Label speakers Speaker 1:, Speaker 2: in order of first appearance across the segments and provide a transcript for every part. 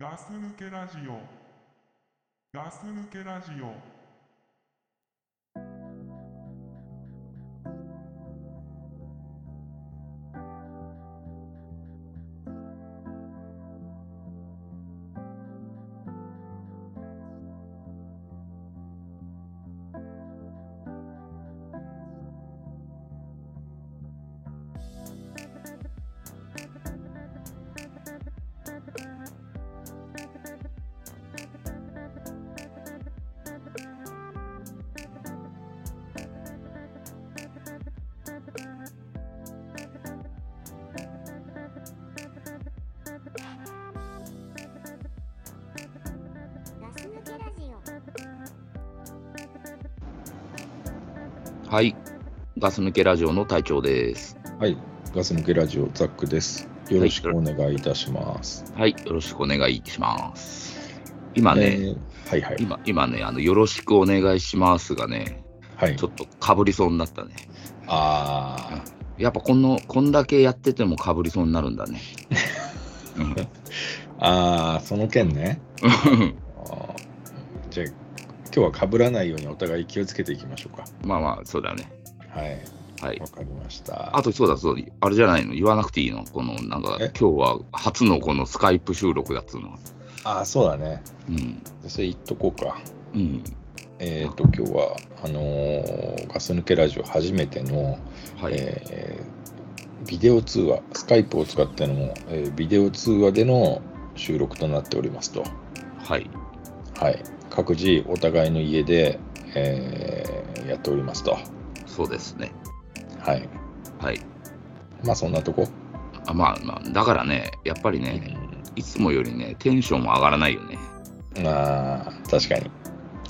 Speaker 1: ガス抜けラジオ。ガス抜けラジオ。
Speaker 2: ガス抜けラジオ。
Speaker 3: はい。ガス抜けラジオの隊長です。
Speaker 4: はい、ガス抜けラジオザックです。よろしくお願いいたします。
Speaker 3: はい。よろしくお願いします。今ね、
Speaker 4: えーはいはい
Speaker 3: 今、今ね、あの、よろしくお願いしますがね、
Speaker 4: はい
Speaker 3: ち。ょっとかぶりそうになったね。
Speaker 4: あ
Speaker 3: やっぱこの、こんだけやっててもかぶりそうになるんだ ね。
Speaker 4: ーあーその件 ね。
Speaker 3: うん
Speaker 4: あーじゃあ今日は被らないようにお互い気をつけていきましょうか。
Speaker 3: まあまあ、そうだね。
Speaker 4: はい、
Speaker 3: はい
Speaker 4: わ。かりました。
Speaker 3: あと、そうだ、そうだ、あれじゃないの言わなくていいのこの、なんか、今
Speaker 4: え
Speaker 3: 日は初のこのスカイプ収録だっつうのは。
Speaker 4: あーそうだね。
Speaker 3: うん。
Speaker 4: それ言っとこうか。
Speaker 3: うん。
Speaker 4: えっ、と今日はあのーガス抜けラジオ初めての、
Speaker 3: はい。
Speaker 4: えービデオ通話スカイプを使っての、えービデオ通話での収録となっておりますと。
Speaker 3: はい。
Speaker 4: はい、各自お互いの家で、えーやっておりますと。
Speaker 3: そうですね。
Speaker 4: はい。
Speaker 3: はい。
Speaker 4: まあそんなとこ。
Speaker 3: あまあまあ、だからね、やっぱりね、いつもよりね、テンションも上がらないよね。
Speaker 4: まあ確かに。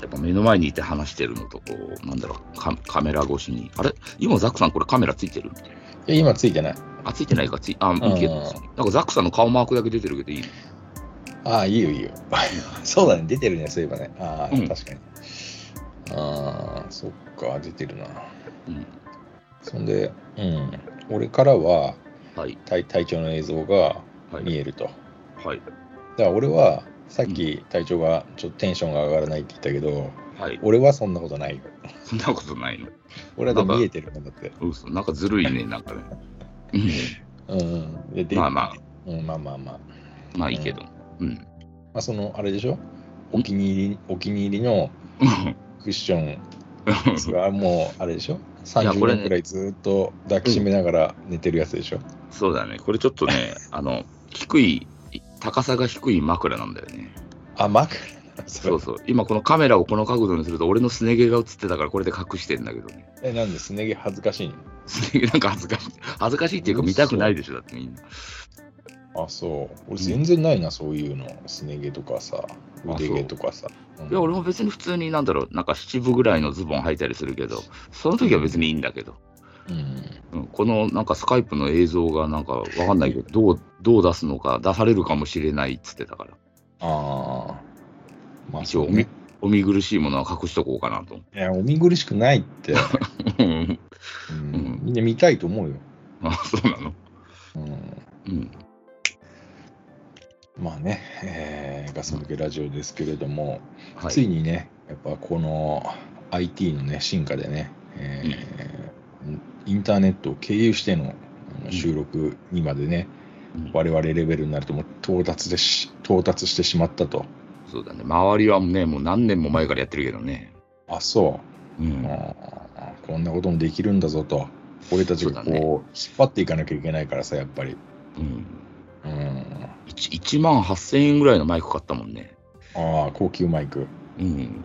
Speaker 3: やっぱ目の前にいて話してるのと、こう、なんだろうカ、カメラ越しに。あれ今、ザックさん、これカメラついてる
Speaker 4: いや今ついてない。
Speaker 3: あ、ついてないか、つい、あ、いいけど、
Speaker 4: うん
Speaker 3: なんかザックさんの顔マークだけ出てるけどいい
Speaker 4: ああいいよいい よ。そうだね出てるねそういえばね。ああ、
Speaker 3: うん
Speaker 4: 確かに。ああそっか出てるな。
Speaker 3: うん。
Speaker 4: そんで、うん、俺からは
Speaker 3: はい、
Speaker 4: 隊隊長の映像が
Speaker 3: は
Speaker 4: 見
Speaker 3: い、
Speaker 4: えると。
Speaker 3: はい、
Speaker 4: だから俺はさっき隊長がちょっとテンションが上がらないって言ったけど、
Speaker 3: はい。
Speaker 4: 俺はそんなことないよ。
Speaker 3: そんなことないの。
Speaker 4: 俺は見えてるもんだって。
Speaker 3: 嘘なんかずるいね、なんかね。う
Speaker 4: うんうん。で
Speaker 3: ん。
Speaker 4: で
Speaker 3: まあま
Speaker 4: うん、まあまあまあ。ま
Speaker 3: あ、まあいいけど。うん。
Speaker 4: あ、その、あれでしょお気に入り、お気に入りのクッションがもう、あれでしょ ?30
Speaker 3: これね
Speaker 4: 年くらいずっと抱きしめながら寝てるやつでしょ、
Speaker 3: そうだね。これちょっとね、あの、低い、高さが低い枕なんだよね。
Speaker 4: あ、枕なの そ
Speaker 3: そ
Speaker 4: れ
Speaker 3: うそう。今このカメラをこの角度にすると俺のすね毛が映ってたからこれで隠してんだけどね。
Speaker 4: え、なんですね毛恥ずかしいの
Speaker 3: すね毛なんか恥ずかしい。恥ずかしいっていうか
Speaker 4: 嘘
Speaker 3: 見たくないでしょ、だってみんな。
Speaker 4: あ、そう。俺全然ないな、そういうの。すね毛とかさ、腕毛とかさ。うん
Speaker 3: いや、俺も別に普通になんだろう、なんか七分ぐらいのズボン履いたりするけど、その時は別にいいんだけど、
Speaker 4: うん。
Speaker 3: うん、このなんかスカイプの映像がなんかわかんないけど、どう、どう出すのか、出されるかもしれないっつってたから、
Speaker 4: ああ。まあ、
Speaker 3: 一応
Speaker 4: そ
Speaker 3: お
Speaker 4: う
Speaker 3: 見
Speaker 4: ね。、
Speaker 3: お見苦しいものは隠しとこうかなと。
Speaker 4: いや、お見苦しくない って。
Speaker 3: うん
Speaker 4: うん
Speaker 3: うん
Speaker 4: みんな見たいと思うよ。
Speaker 3: あ、そうなの。
Speaker 4: うん。
Speaker 3: うん。
Speaker 4: まあね、えーガス抜けラジオですけれども、
Speaker 3: は
Speaker 4: つい
Speaker 3: い。
Speaker 4: にね、やっぱこの IT のね、進化でね、えーインターネットを経由してのあ
Speaker 3: ん
Speaker 4: の収録にまでね、
Speaker 3: うん
Speaker 4: 我々レベルになるともう到達でし、到達してしまったと。
Speaker 3: そうだね。周りはね、もう何年も前からやってるけどね。
Speaker 4: あ、そうう、
Speaker 3: ん。
Speaker 4: あーこんなこともできるんだぞと。俺たちがこ
Speaker 3: そう
Speaker 4: う
Speaker 3: だね
Speaker 4: 引っ張っていかなきゃいけないからさ、やっぱり。
Speaker 3: うん、
Speaker 4: うん。
Speaker 3: 1, 万8000円ぐらいのマイク買ったもんね。
Speaker 4: ああ、高級マイク。
Speaker 3: うん。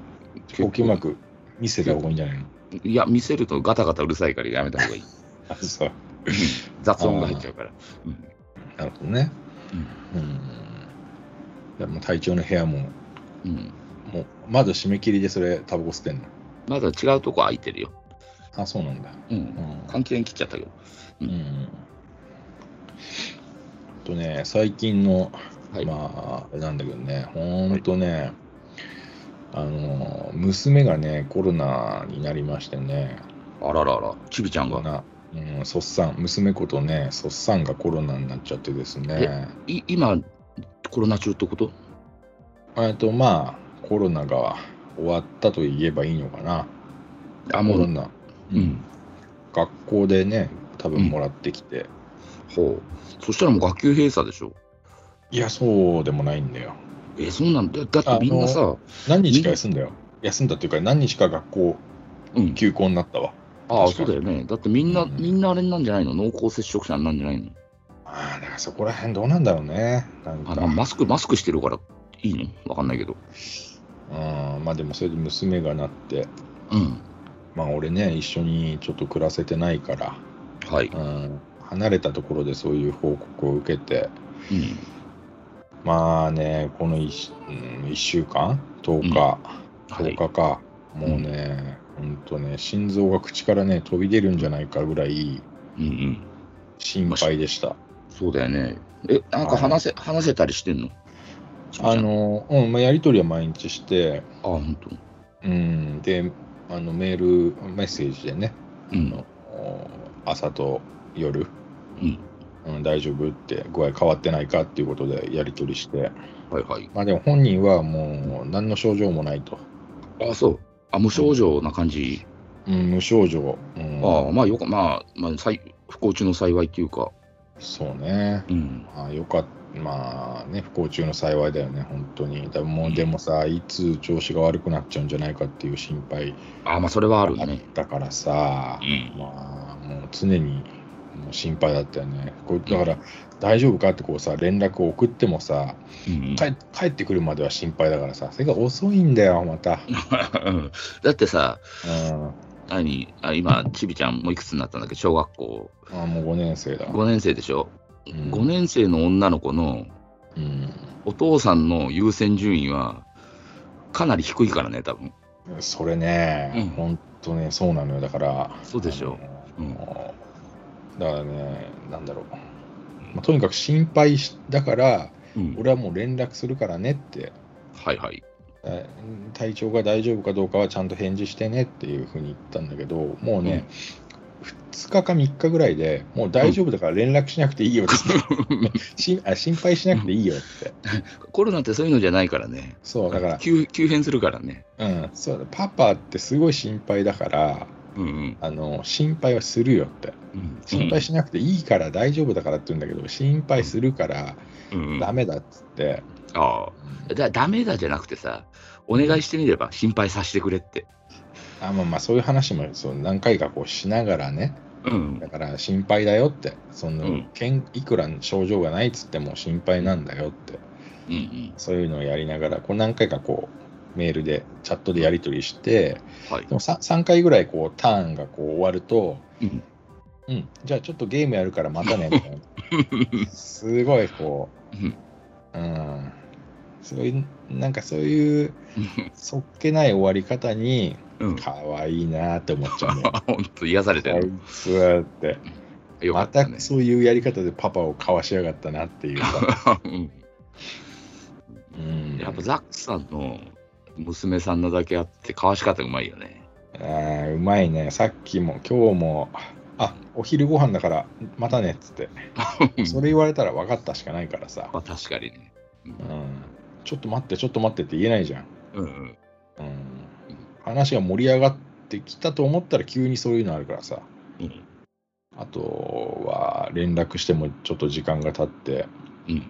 Speaker 4: 高級マイク見せた方がいいんじゃないの
Speaker 3: いや、見せるとガタガタうるさいからやめた方がい い。
Speaker 4: あ、そう。
Speaker 3: 雑音が入っちゃうから。うん
Speaker 4: なるほどね。うん。でも体調の部屋も、
Speaker 3: うんうん、
Speaker 4: もう窓締め切りでそれタバコ吸ってんの。
Speaker 3: まだ違うとこ空いてるよ。
Speaker 4: あ、そうなんだ。
Speaker 3: う。
Speaker 4: うんん。
Speaker 3: 完全に切っちゃったけど。
Speaker 4: うん、あとね、最近の、
Speaker 3: はい。
Speaker 4: まあ、あれなんだけどね、ほんとね、あの、娘がね、コロナになりましてね、
Speaker 3: あららら、ちびちゃん
Speaker 4: コロ
Speaker 3: が。
Speaker 4: ナ、うん、そっさん、娘ことね、そっさんがコロナになっちゃってですね、
Speaker 3: い今、コロナ中ってこと
Speaker 4: えっと、まあ、コロナが終わったと言えばいいのかな。
Speaker 3: あ、
Speaker 4: コ
Speaker 3: も
Speaker 4: ロ
Speaker 3: う、
Speaker 4: ナ。
Speaker 3: う
Speaker 4: うん
Speaker 3: ん。
Speaker 4: 学校でね、多分もらってきて。
Speaker 3: ほう。そしたらもう学級閉鎖でしょ。
Speaker 4: いや、そうでもないんだよ。
Speaker 3: え、そうなんだ。だってみんなさ、
Speaker 4: 何日か休んだよ。休んだっていうか、何日か学校
Speaker 3: うん。
Speaker 4: 休校になったわ。
Speaker 3: ああ、
Speaker 4: 確か
Speaker 3: そ
Speaker 4: に
Speaker 3: うだよね。だってみんな、
Speaker 4: うん
Speaker 3: みんなあれなんじゃないの濃厚接触者なんじゃないの
Speaker 4: ああ、だからそこら辺どうなんだろうね。なん
Speaker 3: あ
Speaker 4: か。
Speaker 3: まあマスク、マスクしてるからいいのわかんないけど。
Speaker 4: うん、まあでもそれで娘がなって、
Speaker 3: うん。
Speaker 4: まあ俺ね、一緒にちょっと暮らせてないから、
Speaker 3: はい。
Speaker 4: うん、離れたところでそういう報告を受けて、
Speaker 3: うん。
Speaker 4: まあね、この 1,、うん、一週間、10日、
Speaker 3: は
Speaker 4: 10
Speaker 3: い。
Speaker 4: 日か、もうね、ほんとね、心臓が口からね、飛び出るんじゃないかぐらい
Speaker 3: うんうん。
Speaker 4: 心配でした。
Speaker 3: そうだよね。え、なんか話せ、話せたりしてんの
Speaker 4: あ、の、うん、まあ、やりとりは毎日して、
Speaker 3: あ、本当。
Speaker 4: うん、で、あのメール、メッセージでね、
Speaker 3: うん。
Speaker 4: お朝と夜、
Speaker 3: うん。
Speaker 4: うん、大丈夫って具合変わってないかっていうことでやり取りして
Speaker 3: はいはい。
Speaker 4: まあでも本人はもう何の症状もないと、
Speaker 3: あ、そう。あ、無症状な感じ。
Speaker 4: うん、無症状、うん、
Speaker 3: ああ、まあよか、まあ、まあ、さい不幸中の幸いっていうか。
Speaker 4: そうね
Speaker 3: うん。
Speaker 4: まあよかったまあね不幸中の幸いだよね本当にだも
Speaker 3: う
Speaker 4: うんでもさいつ調子が悪くなっちゃうんじゃないかっていう心配
Speaker 3: あ、まあそれはあるね。
Speaker 4: だからさ、
Speaker 3: うん。
Speaker 4: まあもう常にもう心配だったよねこうだから大丈夫かってこうさ連絡を送ってもさ
Speaker 3: うん
Speaker 4: 帰帰ってくるまでは心配だからさそれが遅いんだよまた。
Speaker 3: うんだってさ、
Speaker 4: うん
Speaker 3: 何あ今、ちびちゃんもういくつになったんだっけ小学校
Speaker 4: あもう5年生だ。
Speaker 3: 5年生でしょ、
Speaker 4: うん
Speaker 3: 5年生の女の子の
Speaker 4: うん、
Speaker 3: お父さんの優先順位はかなり低いからね、多分
Speaker 4: それね、
Speaker 3: うん
Speaker 4: ほんとね、そうなのよ。だから、
Speaker 3: そうでしょ
Speaker 4: あ
Speaker 3: うん
Speaker 4: の。だからね、なんだろう。まあ、とにかく心配しだから、
Speaker 3: うん。
Speaker 4: 俺はもう連絡するからねって、
Speaker 3: はいはい。
Speaker 4: えー体調が大丈夫かどうかはちゃんと返事してねっていうふうに言ったんだけど、もうね、2日か3日ぐらいでもう大丈夫だから連絡しなくていいよって、しあ心配しなくていいよって、
Speaker 3: コロナってそういうのじゃないからね。
Speaker 4: そうだから、
Speaker 3: 急急変するからね。
Speaker 4: うん、そうだパパってすごい心配だから、
Speaker 3: うんうん
Speaker 4: あの心配はするよって
Speaker 3: うん。
Speaker 4: 心配しなくていいから大丈夫だからって言うんだけど、心配するから
Speaker 3: うんうん
Speaker 4: ダメだっつって、
Speaker 3: ああ。だダメだじゃなくてさ、お願いしてみれば心配させてくれって。
Speaker 4: あまあまあそういう話もそう何回かこうしながらね
Speaker 3: うん。
Speaker 4: だから心配だよってその、
Speaker 3: うん
Speaker 4: けんいくら症状がないっつっても心配なんだよって
Speaker 3: うんうん。
Speaker 4: そういうのをやりながらこう何回かこうメールでチャットでやり取りして
Speaker 3: はい
Speaker 4: で。も 3, 回ぐらいこうターンがこう終わると、
Speaker 3: うん
Speaker 4: うんじゃあちょっとゲームやるからまたねみたいな。すごいこ
Speaker 3: うん
Speaker 4: う、うん、そういう、なんかそういう、そっけない終わり方に、
Speaker 3: うん。
Speaker 4: 可愛いなって思っちゃうね。
Speaker 3: 本当癒された
Speaker 4: あ
Speaker 3: よ
Speaker 4: い。つはって、
Speaker 3: よか
Speaker 4: ま
Speaker 3: った
Speaker 4: た
Speaker 3: ね。
Speaker 4: そういうやり方でパパをかわしやがったなっていう さ。
Speaker 3: うん
Speaker 4: うん、
Speaker 3: やっぱザックさんの娘さんなだけあって、かわし方うまいよね。
Speaker 4: あーうまいね。さっきも、今日も、あお昼ご飯だから、またねっつって、それ言われたら分かったしかないからさ、
Speaker 3: まあ確かにね。
Speaker 4: うん、ちょっと待って、ちょっと待ってって言えないじゃん。
Speaker 3: うんうん。
Speaker 4: うん話が盛り上がってきたと思ったら急にそういうのあるからさ
Speaker 3: うん。
Speaker 4: あとは連絡してもちょっと時間が経って
Speaker 3: うん。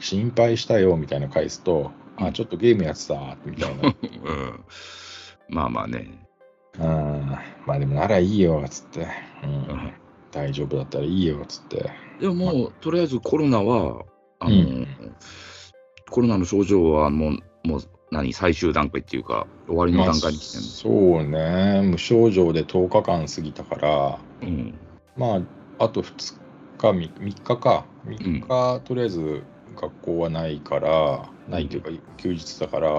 Speaker 4: 心配したよみたいな返すと、
Speaker 3: う
Speaker 4: あ
Speaker 3: ん
Speaker 4: ちょっとゲームやってたみたい な
Speaker 3: うんまあまあね。
Speaker 4: うんまあでもならいいよつって、うん
Speaker 3: うん
Speaker 4: 大丈夫だったらいいよつって
Speaker 3: でももう、とりあえずコロナは、あの、
Speaker 4: うん
Speaker 3: コロナの症状はもう、もう何、最終段階っていうか、終わりの段階に来てる、
Speaker 4: そうね無症状で10日間過ぎたから
Speaker 3: うん。
Speaker 4: まああと2日 3, 日か3日、とりあえず学校はないからないというか休日だから、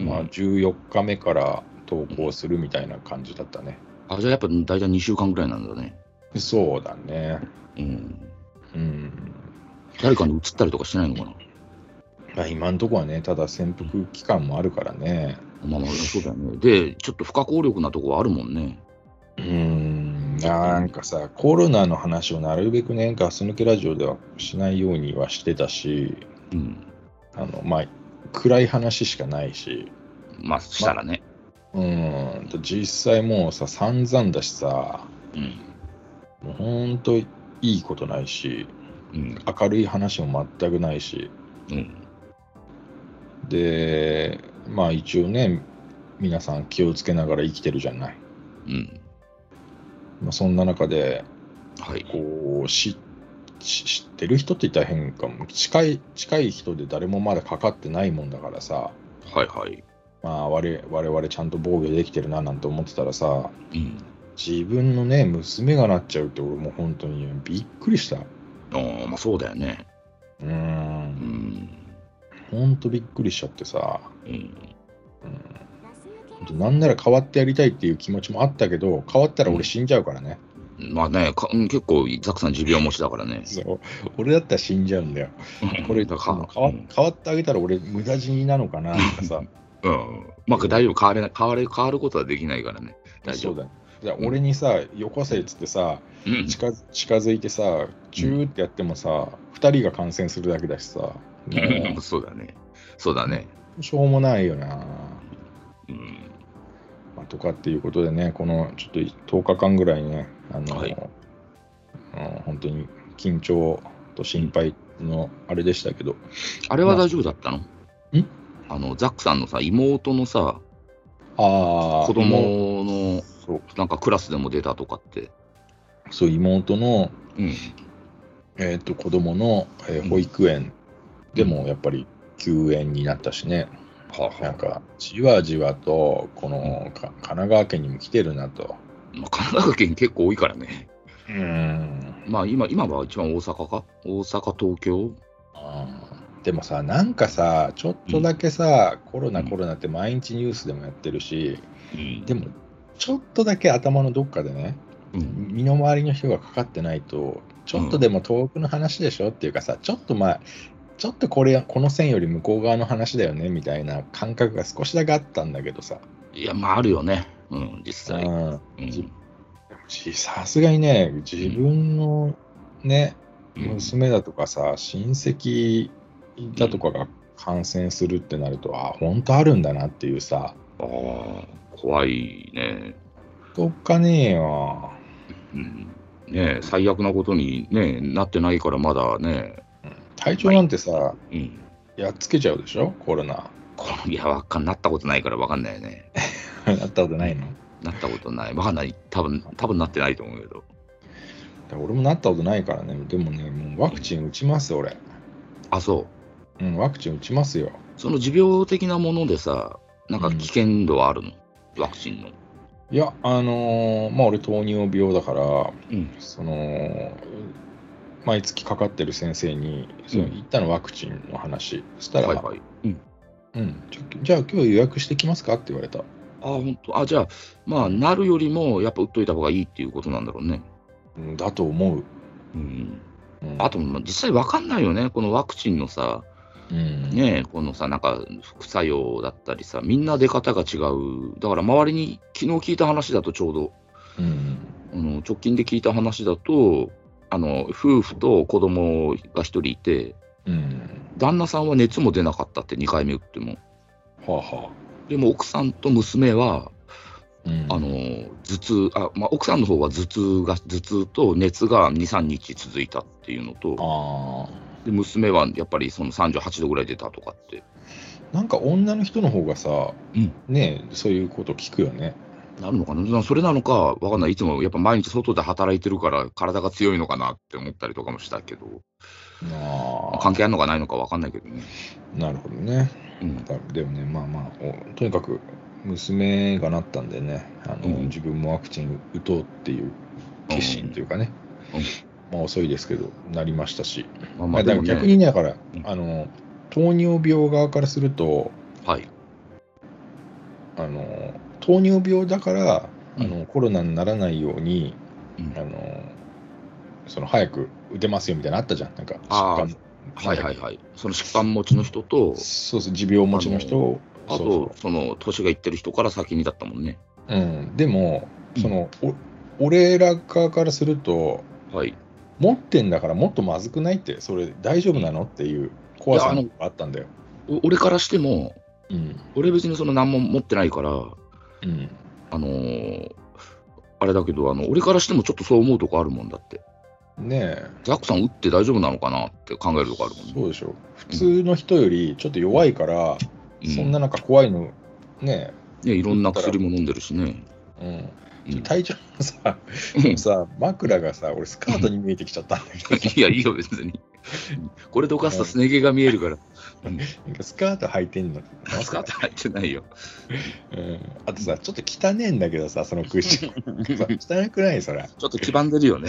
Speaker 4: まあ、14日目から登校するみたいな感じだったね、
Speaker 3: あ、じゃあやっぱ大体2週間ぐらいなんだね。
Speaker 4: そうだね
Speaker 3: うん。
Speaker 4: うん、
Speaker 3: 誰かに移ったりとかしてないのかな
Speaker 4: まあ、今のとこはねただ潜伏期間もあるからね
Speaker 3: まあまあ、そうだよね。で、ちょっと不可抗力なとこはあるもんね。
Speaker 4: うんなんかさコロナの話をなるべくねガス抜けラジオではしないようにはしてたし
Speaker 3: うん。
Speaker 4: あのまあ暗い話しかないし、
Speaker 3: まあ、したらね。
Speaker 4: うん、実際もうさ、散々だしさ、
Speaker 3: うん。
Speaker 4: もうほんといいことないし、
Speaker 3: うん。
Speaker 4: 明るい話も全くないし、
Speaker 3: うん。
Speaker 4: で、まあ一応ね、皆さん気をつけながら生きてるじゃない。
Speaker 3: うん。
Speaker 4: まあ、そんな中で、
Speaker 3: はい。
Speaker 4: こうしし知ってる人って言ったら変かも近い近い人で誰もまだかかってないもんだからさ、
Speaker 3: はいはい。
Speaker 4: まあ、我我々ちゃんと防御できてるななんて思ってたらさ
Speaker 3: うん。
Speaker 4: 自分のね娘がなっちゃうって俺もう本当にびっくりしたう
Speaker 3: ああ、まあそうだよね。
Speaker 4: ー
Speaker 3: うんん。
Speaker 4: ほんとびっくりしちゃってさ、
Speaker 3: うん。
Speaker 4: うん、
Speaker 2: ガス抜けラジオ
Speaker 4: なんなら変わってやりたいっていう気持ちもあったけど変わったら俺死んじゃうからね、
Speaker 3: まあね、かうん結構、ザクさん持病持ちだからね。
Speaker 4: そう俺だったら死んじゃうんだよこれ
Speaker 3: だ
Speaker 4: 変
Speaker 3: か
Speaker 4: わ
Speaker 3: ら、う
Speaker 4: 変
Speaker 3: ん
Speaker 4: わってあげたら俺無駄死になのかなとかさ
Speaker 3: うん。まあ大丈夫、変われない、変われ、変わることはできないからね。大丈夫。
Speaker 4: そうだじゃあ俺にさ、よこせっつってさ、
Speaker 3: うん。
Speaker 4: 近づ近づいてさ、チューってやってもさ、二2人が感染するだけだし さ、も
Speaker 3: うん そうだね。そうだね。
Speaker 4: うしょうもないよな、
Speaker 3: うん。
Speaker 4: まあ。とかっていうことでね、このちょっと10日間ぐらいね、あの、
Speaker 3: はい
Speaker 4: うん本当に緊張と心配のあれでしたけど、
Speaker 3: あれは大丈夫だったのん
Speaker 4: ん
Speaker 3: あの、ザックさんのさ、妹のさ、
Speaker 4: ああ、
Speaker 3: 子供の、
Speaker 4: そう
Speaker 3: なんかクラスでも出たとかって。
Speaker 4: そう妹の、
Speaker 3: うん。
Speaker 4: えー、と子供の、えー保育園でもやっぱり休園になったしね。
Speaker 3: はあ
Speaker 4: なん
Speaker 3: はあ。
Speaker 4: かじわじわとこのか神奈川県にも来てるなと。
Speaker 3: まあ神奈川県結構多いからね。
Speaker 4: うん。
Speaker 3: まあ今、今は一番大阪か大阪、東京
Speaker 4: でもさ、なんかさ、ちょっとだけさ、コロナコロナって毎日ニュースでもやってるし、
Speaker 3: うん
Speaker 4: でもちょっとだけ頭のどっかでね、
Speaker 3: うん。
Speaker 4: 身の回りの人がかかってないと、ちょっとでも遠くの話でしょっていうかさ、ちょっとまあ、ちょっとこれ、この線より向こう側の話だよねみたいな感覚が少しだけあったんだけどさ、
Speaker 3: いや、まああるよね。うん、実際。
Speaker 4: うん、
Speaker 3: うん
Speaker 4: じさすがにね、自分のね、
Speaker 3: うん
Speaker 4: 娘だとかさ、親戚だとかが感染するってなると、あ、本当あるんだなっていうさ、
Speaker 3: ああ、怖いね。
Speaker 4: どっかねえよ。
Speaker 3: うん、ねえ最悪なことに、ねえ、なってないからまだね、
Speaker 4: 体調なんてさ、
Speaker 3: うん、
Speaker 4: やっつけちゃうでしょ、コロナ。
Speaker 3: こいやわかんなったことないからわかんないよね。
Speaker 4: なったことないの
Speaker 3: なったことない。わかんない。多分多分なってないと思うけど。
Speaker 4: 俺もなったことないからね、でもね、もうワクチン打ちます、俺。
Speaker 3: あ、そう。
Speaker 4: うん、ワクチン打ちますよ。
Speaker 3: その持病的なものでさ、なんか危険度はあるの、ワクチンの。
Speaker 4: いや、あのーまあ俺糖尿病だから、
Speaker 3: うん。
Speaker 4: その毎月かかってる先生にその
Speaker 3: うん
Speaker 4: 行ったのワクチンの話、そしたら、
Speaker 3: はいはい。うん、
Speaker 4: うんちょじゃあ今日予約してきますか?」って言われた
Speaker 3: あ、本当。あ、じゃあ、まあ、なるよりも、やっぱ打っといた方がいいっていうことなんだろうね。
Speaker 4: うんだと思う、
Speaker 3: うん、
Speaker 4: うん
Speaker 3: あと、まあ実際わかんないよね、このワクチンのさ、
Speaker 4: うん
Speaker 3: ねえ、このさ、なんか副作用だったりさ、みんな出方が違う、だから周りに昨日聞いた話だと、ちょうど
Speaker 4: うん
Speaker 3: あの直近で聞いた話だと、あの夫婦と子供が1人いて、
Speaker 4: うん
Speaker 3: 旦那さんは熱も出なかったって、2回目打っても、
Speaker 4: はあは
Speaker 3: でも奥さんと娘は、
Speaker 4: あ、うん
Speaker 3: あの頭痛あ、まあ、奥さんの方は頭痛が頭痛と熱が2、3日続いたっていうのと、
Speaker 4: あ
Speaker 3: で娘はやっぱりその38度ぐらい出たとかって。
Speaker 4: ーなんか女の人の方がさ、
Speaker 3: うん
Speaker 4: ねえそういうこと聞くよね
Speaker 3: なるのかななそれなのかわかんない。いつもやっぱ毎日外で働いてるから体が強いのかなって思ったりとかもしたけど、
Speaker 4: あ
Speaker 3: 関
Speaker 4: あ
Speaker 3: 係あるのかないのかわかんないけどね。
Speaker 4: なるほどね
Speaker 3: うん。
Speaker 4: だでもねまあまあおとにかく娘がなったんでねあの、
Speaker 3: うん
Speaker 4: 自分もワクチン打とうっていう決心というかね、
Speaker 3: うん
Speaker 4: まあ遅いですけどなりましたし、
Speaker 3: まあ
Speaker 4: ま
Speaker 3: ま
Speaker 4: あ、
Speaker 3: あ
Speaker 4: だ
Speaker 3: で
Speaker 4: か
Speaker 3: もね、
Speaker 4: ら逆にねだから、
Speaker 3: うん
Speaker 4: あの糖尿病側からすると
Speaker 3: はい。
Speaker 4: あの糖尿病だからあの、
Speaker 3: う
Speaker 4: コロナにならないように
Speaker 3: うん
Speaker 4: あのその早く打てますよみたいなのあったじゃんなんか
Speaker 3: あー
Speaker 4: 疾患
Speaker 3: はいはいはい。その疾患持ちの人と、
Speaker 4: そうそう持病持ちの人を
Speaker 3: あ
Speaker 4: そうそう
Speaker 3: と、その年がいってる人から先にだったもんね。
Speaker 4: うん、でも、その、お俺ら側からすると、
Speaker 3: はい。
Speaker 4: 持ってんだからもっとまずくないって、それ大丈夫なのっていう怖さもあったんだよ。
Speaker 3: お俺からしても、
Speaker 4: うん。
Speaker 3: 俺別にその何も持ってないから、
Speaker 4: うん。
Speaker 3: あのーあれだけど、あの俺からしてもちょっとそう思うとこあるもんだって、
Speaker 4: ねえ。
Speaker 3: ザックさん打って大丈夫なのかなって考えるとこあるもん
Speaker 4: そうでしょ。普通の人よりちょっと弱いから、
Speaker 3: うん
Speaker 4: そんななんか怖いの、ね
Speaker 3: ね、いろんな薬も飲んでるしね。
Speaker 4: え。
Speaker 3: う
Speaker 4: うんん。体調もさ、
Speaker 3: うん
Speaker 4: さ、枕がさ、俺スカートに見えてきちゃったんだ けど
Speaker 3: いや、いいよ、別に。これで犯すとすね毛が見えるから、
Speaker 4: なんかスカート履いてんの。
Speaker 3: スカート入ってないよ。
Speaker 4: うん。あとさ、ちょっと汚ねえんだけどさ、その 空中。さ汚くないそれ。
Speaker 3: ちょっと黄ばんでるよね。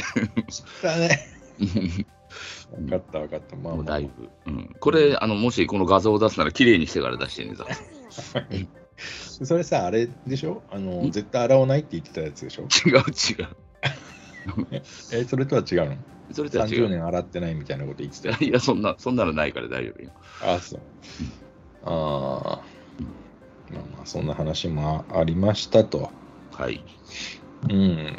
Speaker 4: 汚ねえ。分かった分かった。ま あ、
Speaker 3: もう
Speaker 4: ま
Speaker 3: だ
Speaker 4: あ
Speaker 3: いぶ。うん、これ、あのもしこの画像を出すなら、綺麗にしてから出してね、ザック
Speaker 4: それさ、あれでしょあの、
Speaker 3: ん
Speaker 4: 絶対洗わないって言ってたやつでしょ
Speaker 3: さん 違う、違う。
Speaker 4: え、それとは違うの
Speaker 3: それとは違
Speaker 4: ?30
Speaker 3: う。
Speaker 4: 年洗ってないみたいなこと言ってたよ。
Speaker 3: いや、そんな、そんなのないから大丈夫よ。
Speaker 4: あ、そう。ああ。まあまあ、そんな話もありましたと。
Speaker 3: はい。
Speaker 4: うん。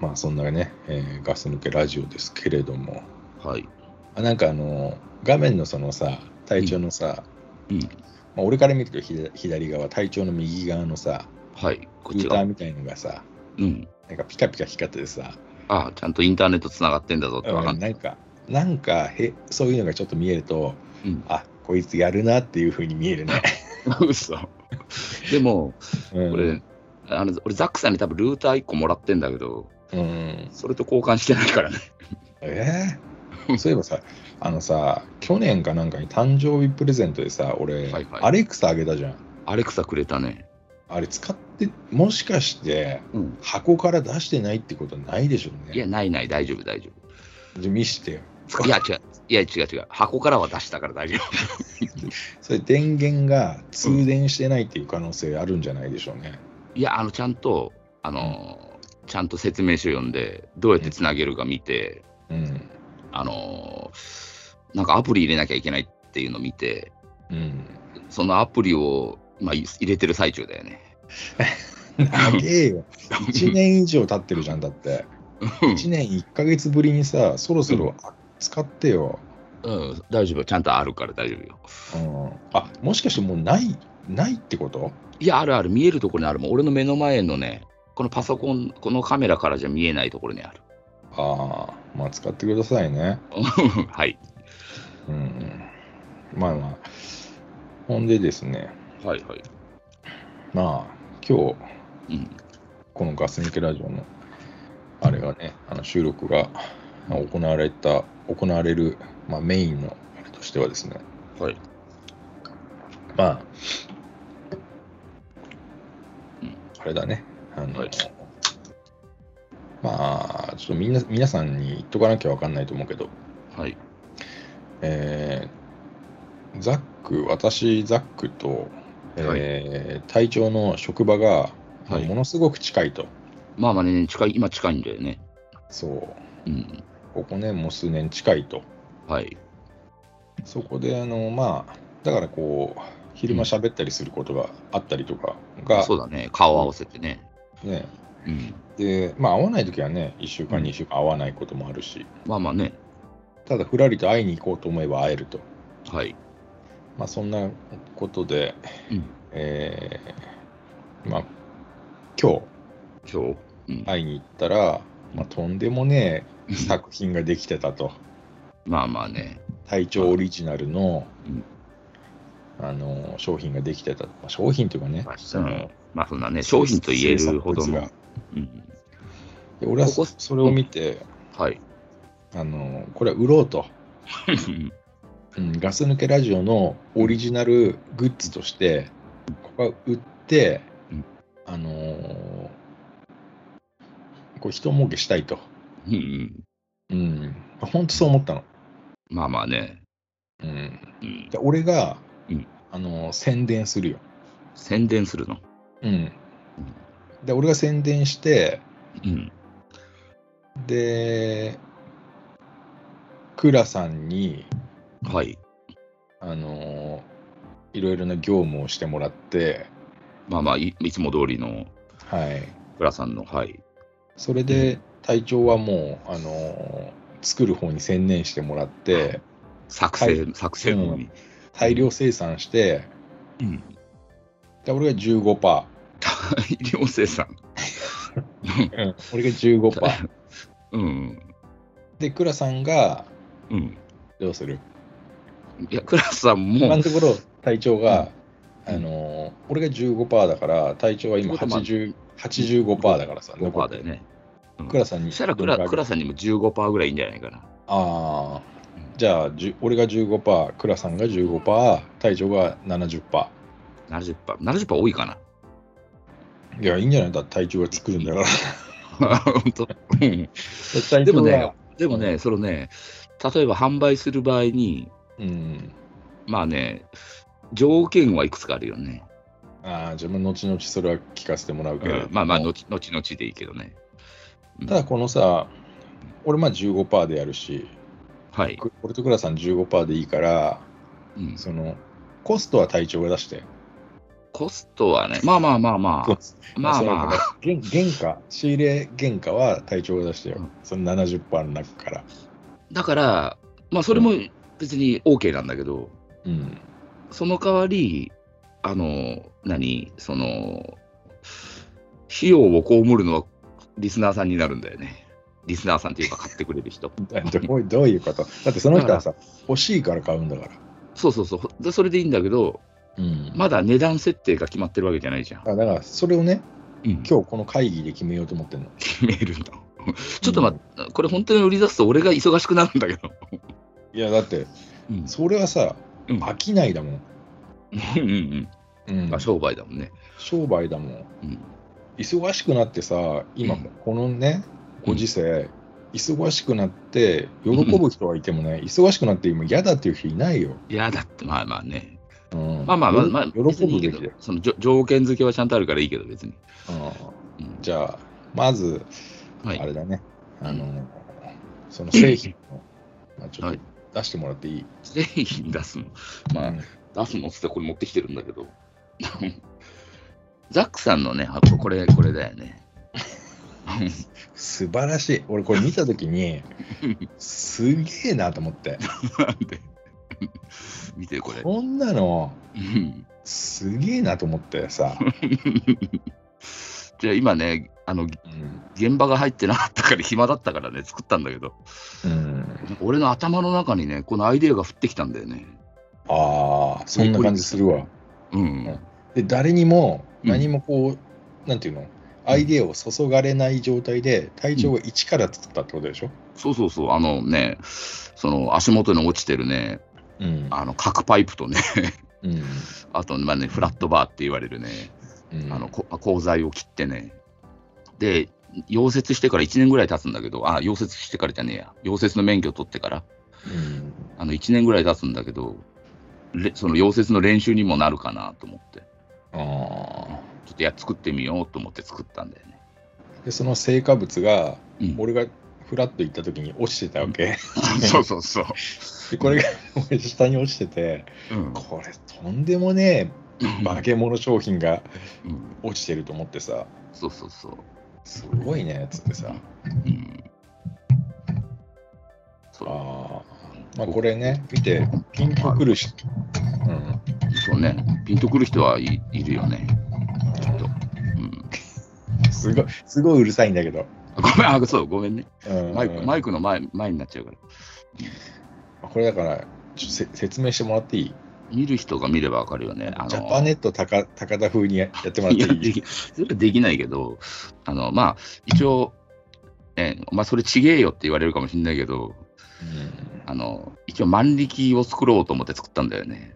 Speaker 4: まあ、そんなね、えーガス抜けラジオですけれども。
Speaker 3: はい。
Speaker 4: あなんかあの、画面のそのさ、体調のさ、
Speaker 3: うん
Speaker 4: まあ、俺から見ると左左側、体調の右側のさ、
Speaker 3: はい。こっ
Speaker 4: ル
Speaker 3: ち
Speaker 4: ーター
Speaker 3: が。
Speaker 4: みたいのがさ、
Speaker 3: うん。
Speaker 4: なんかピカピカ光っててさ、
Speaker 3: ああ、ちゃんとインターネットつながってんだぞってわか
Speaker 4: うん
Speaker 3: んな
Speaker 4: な
Speaker 3: い。
Speaker 4: んか、なんかへ、そういうのがちょっと見えると、
Speaker 3: うん
Speaker 4: あこいつやるなっていうふうに見えるね。
Speaker 3: 嘘。でも、
Speaker 4: う ん
Speaker 3: これ、あの俺、ザックさんに多分ルーター1個もらってんだけど、
Speaker 4: うん、
Speaker 3: それと交換してないからね。
Speaker 4: えー、そういえばさ、あのさ、去年かなんかに誕生日プレゼントでさ、俺、
Speaker 3: はいはい
Speaker 4: アレクサあげたじゃん。
Speaker 3: アレクサくれたね。
Speaker 4: あれ使って、もしかして
Speaker 3: うん。
Speaker 4: 箱から出してないってことないでしょう
Speaker 3: いや、
Speaker 4: ね。
Speaker 3: ないない、大丈夫、大丈
Speaker 4: じゃあ見してよ。
Speaker 3: 夫。いや、違う。いや、違う違う。箱からは出したから大丈夫。
Speaker 4: それ電源が通電してないっていう可能性あるんじゃないでしょうね。
Speaker 3: いや、あの、ちゃんと、あのー、ちゃんと説明書読んで、どうやってつなげるか見て、
Speaker 4: うん。
Speaker 3: あのー、なんかアプリ入れなきゃいけないっていうの見て、
Speaker 4: うん。
Speaker 3: そのアプリを、まあ、い入れてる最中だよね。
Speaker 4: 長え よ。1年以上経ってるじゃん、だって。1年1ヶ月ぶりにさ、そろそろあ使ってよ。
Speaker 3: うん、大丈夫。ちゃんとあるから大丈夫よ。
Speaker 4: うん、あもしかしてもうない、ないってこと
Speaker 3: いや、あるある、見えるところにあるもん。俺の目の前のね、このパソコン、このカメラからじゃ見えないところにある。
Speaker 4: ああ、まあ使ってくださいね。
Speaker 3: はい。
Speaker 4: うん。まあまあ。ほんでですね、
Speaker 3: はいはい。
Speaker 4: まあ、今日、
Speaker 3: うん。
Speaker 4: このガス抜けラジオの、あれがね、あの収録がまあ行われた、行われる、まあ、メインのあれとしてはですね、
Speaker 3: はい。
Speaker 4: まあ
Speaker 3: うん、
Speaker 4: あれだね。あの、
Speaker 3: はい
Speaker 4: まあ、ちょっとみんな、皆さんに言っとかなきゃわかんないと思うけど、
Speaker 3: はい。
Speaker 4: えーザック、私、ザックと、えー隊長の職場が、
Speaker 3: はい
Speaker 4: ものすごく近いと。
Speaker 3: まあまあね、近い、今近いんだよね。
Speaker 4: そ
Speaker 3: う
Speaker 4: う。
Speaker 3: ん。
Speaker 4: ここね、もう数年近いと。
Speaker 3: はい。
Speaker 4: そこで、あの、まあ、だからこう、昼間喋ったりすることがあったりとかが、
Speaker 3: そうだね。顔合わせてね。
Speaker 4: ね、
Speaker 3: うん。
Speaker 4: で、まあ、会わないときはね、1週間、
Speaker 3: うん
Speaker 4: 2週間会わないこともあるし、
Speaker 3: まあまあね。
Speaker 4: ただ、ふらりと会いに行こうと思えば会えると。
Speaker 3: はい。
Speaker 4: まあ、そんなことで、
Speaker 3: うん
Speaker 4: えーまあ、今
Speaker 3: 今日。うん。
Speaker 4: 日会いに行ったら、まあ、とんでもねえ作品ができてたと。
Speaker 3: まあまあね。
Speaker 4: 隊長オリジナルの、
Speaker 3: うん
Speaker 4: あの、商品ができてた。まあ商品というかね、
Speaker 3: まあ、そ
Speaker 4: その
Speaker 3: のまあそんなね、商品と言えるほど
Speaker 4: 制作
Speaker 3: の
Speaker 4: 物。
Speaker 3: うん。
Speaker 4: がで俺は
Speaker 3: ここ
Speaker 4: そそれを見て、
Speaker 3: はい。
Speaker 4: あの、これは売ろうと。うん、ガス抜けラジオのオリジナルグッズとして、ここは売って、
Speaker 3: うん
Speaker 4: あのーこう人儲けしたいと。
Speaker 3: うん。
Speaker 4: うん、本当そう思ったの。
Speaker 3: まあまあね。
Speaker 4: うん、
Speaker 3: うん。
Speaker 4: で俺が、
Speaker 3: うん
Speaker 4: あのー宣伝するよ。
Speaker 3: 宣伝するの。
Speaker 4: うん、で俺が宣伝して、
Speaker 3: うん。
Speaker 4: で、クラさんに、
Speaker 3: はい。
Speaker 4: あのーいろいろな業務をしてもらって、
Speaker 3: まあまあ、いいつも通りの
Speaker 4: はい、
Speaker 3: 倉さんの、はい。
Speaker 4: それで隊長はもう、あのー作る方に専念してもらって、
Speaker 3: 作成、
Speaker 4: は
Speaker 3: 作成のに。
Speaker 4: 大量生産して、
Speaker 3: うん
Speaker 4: で俺が15%、
Speaker 3: 大量生産。
Speaker 4: うん、俺が15%。
Speaker 3: うん。
Speaker 4: で、倉さんが
Speaker 3: うん。
Speaker 4: どうする
Speaker 3: いや、倉さんも、
Speaker 4: 今のところ体調が、
Speaker 3: うん
Speaker 4: あのー俺が15%だから、体調は今
Speaker 3: ってことは
Speaker 4: 80 85%だからさ、
Speaker 3: 5%だよね。うん
Speaker 4: 倉さんに。
Speaker 3: そしたら
Speaker 4: ど
Speaker 3: ク
Speaker 4: れ
Speaker 3: ラ
Speaker 4: くらい
Speaker 3: 倉さんにも15%ぐらいいいんじゃないかな。
Speaker 4: ああ、じゃあ、じゅ俺が15%、倉さんが15%、体調が70%。
Speaker 3: 70%。70%多いかな。
Speaker 4: いや、いいんじゃないだって体調が作るんだから。
Speaker 3: 本当。うん
Speaker 4: 体
Speaker 3: でも
Speaker 4: 調が
Speaker 3: ね、、でもね、そのね、例えば販売する場合に、
Speaker 4: うん。
Speaker 3: まあね、条件はいくつかあるよね。
Speaker 4: ああ、自分、後々それは聞かせてもらうけど、
Speaker 3: まあまあ、後後々でいいけどね。うん
Speaker 4: ただ、このさ、俺、まあ15%でやるし、
Speaker 3: はい。
Speaker 4: く俺と倉さん15%でいいから、
Speaker 3: うん
Speaker 4: その、コストは体調が出して。
Speaker 3: コストはね、まあまあまあま
Speaker 4: コス
Speaker 3: あ、まあ
Speaker 4: その
Speaker 3: まあ、
Speaker 4: 原原価、仕入れ原価は体調が出してよ。
Speaker 3: うん
Speaker 4: その70%の中から。
Speaker 3: だから、まあそれも別に OK なんだけど、
Speaker 4: うん。
Speaker 3: その代わり、あの、何、その、費用を被るのはリスナーさんになるんだよね。リスナーさんっていうか買ってくれる人。
Speaker 4: どういどういうことだってその人はさ、欲しいから買うんだから。
Speaker 3: そうそうそう。でそれでいいんだけど、
Speaker 4: うん
Speaker 3: まだ値段設定が決まってるわけじゃないじゃん。
Speaker 4: あだから、それをね、
Speaker 3: 今
Speaker 4: 今日この会議で決めようと思ってんの。
Speaker 3: 決めるんだ。ちょっと待って、これ本当に売り出すと俺が忙しくなるんだけど。
Speaker 4: いや、だって、
Speaker 3: うん
Speaker 4: それはさ、
Speaker 3: うん
Speaker 4: 飽きないだもん。
Speaker 3: うんうん
Speaker 4: うん
Speaker 3: うん。まあ商売だもんね。
Speaker 4: 商売だもん。
Speaker 3: うん
Speaker 4: 忙しくなってさ、今、
Speaker 3: うん
Speaker 4: このね、ご時世、忙しくなって、喜ぶ人はいてもね、忙しくなって今嫌だっていう人いないよ。
Speaker 3: いや、だってまあまあね。
Speaker 4: うん
Speaker 3: まあまあまあ、まあ、
Speaker 4: 喜
Speaker 3: 別にい
Speaker 4: ぶ
Speaker 3: いけ
Speaker 4: べき
Speaker 3: ど
Speaker 4: だよ。、
Speaker 3: そのじょ条件付けはちゃんとあるからいいけど、別に。
Speaker 4: う
Speaker 3: うん
Speaker 4: んじゃあ、まず、
Speaker 3: は
Speaker 4: あれ
Speaker 3: い。
Speaker 4: だね、あ
Speaker 3: う
Speaker 4: の、その製品を、まあ、ちょ
Speaker 3: は
Speaker 4: っ
Speaker 3: い
Speaker 4: と出してもらっていい、
Speaker 3: 製品出すの。まあ、
Speaker 4: うん
Speaker 3: 出すのっつってこれ持ってきてるんだけど。 ザックさんのね、あこれ、これだよね。
Speaker 4: 素晴らしい。俺、これ見たときに、すげえなと思って、
Speaker 3: なんで見てこれ。
Speaker 4: こんなの、
Speaker 3: うん
Speaker 4: すげえなと思っ てさ、
Speaker 3: じゃあ今ね、あの、
Speaker 4: うん
Speaker 3: 現場が入ってなかったから暇だったからね、作ったんだけど、
Speaker 4: うん、
Speaker 3: 俺の頭の中にね、このアイデアが降ってきたんだよね。
Speaker 4: ああ、そんな感じするわ。
Speaker 3: うん。
Speaker 4: で、誰にも、
Speaker 3: うん
Speaker 4: 何もこう、なんていうの、アイデアを注がれない状態で、体調を一から作ったってことでしょ。
Speaker 3: そうそうそう、あのね、その足元に落ちてるね、
Speaker 4: うん
Speaker 3: あの角パイプとね、
Speaker 4: うん
Speaker 3: あと、まあね、フラットバーって言われるね、
Speaker 4: うん
Speaker 3: あの、こ鋼材を切ってね。で、溶接してから1年ぐらい経つんだけど、あ、溶接してからじゃねえや、溶接の免許取ってから、
Speaker 4: うん
Speaker 3: あの1年ぐらい経つんだけど、れその溶接の練習にもなるかなと思って、
Speaker 4: あ
Speaker 3: ちょっといや、作ってみようと思って作ったんだよね。
Speaker 4: ーでその成果物が
Speaker 3: うん
Speaker 4: 俺がフラッと行った時に落ちてたわけ
Speaker 3: そうそうそう。
Speaker 4: で これが俺下に落ちてて
Speaker 3: うん
Speaker 4: これとんでもねえ化け物商品が
Speaker 3: うん
Speaker 4: 落ちてると思ってさ
Speaker 3: そうそうそう。
Speaker 4: すごいねつってさ
Speaker 3: うん、そう
Speaker 4: あー、まあ、これね見てピンとくるし、うん、
Speaker 3: そうね。ピンとくる人はい、いるよね。きっと。うん、
Speaker 4: すごいすごいうるさいんだけど、
Speaker 3: ごめん、あ、そう、ごめんね。
Speaker 4: うん
Speaker 3: マイクマイクの前前になっちゃうから。
Speaker 4: これだからちょっとせ説明してもらっていい
Speaker 3: 見る人が見ればわかるよね。あの
Speaker 4: ジャパネット高高田風にややってもらっ
Speaker 3: い
Speaker 4: て
Speaker 3: や
Speaker 4: い
Speaker 3: で
Speaker 4: い
Speaker 3: きそれはできないけど、あのまあ、一応、えお前それちげえよって言われるかもしれないけど、
Speaker 4: うん
Speaker 3: あの一応、万力を作ろうと思って作ったんだよね、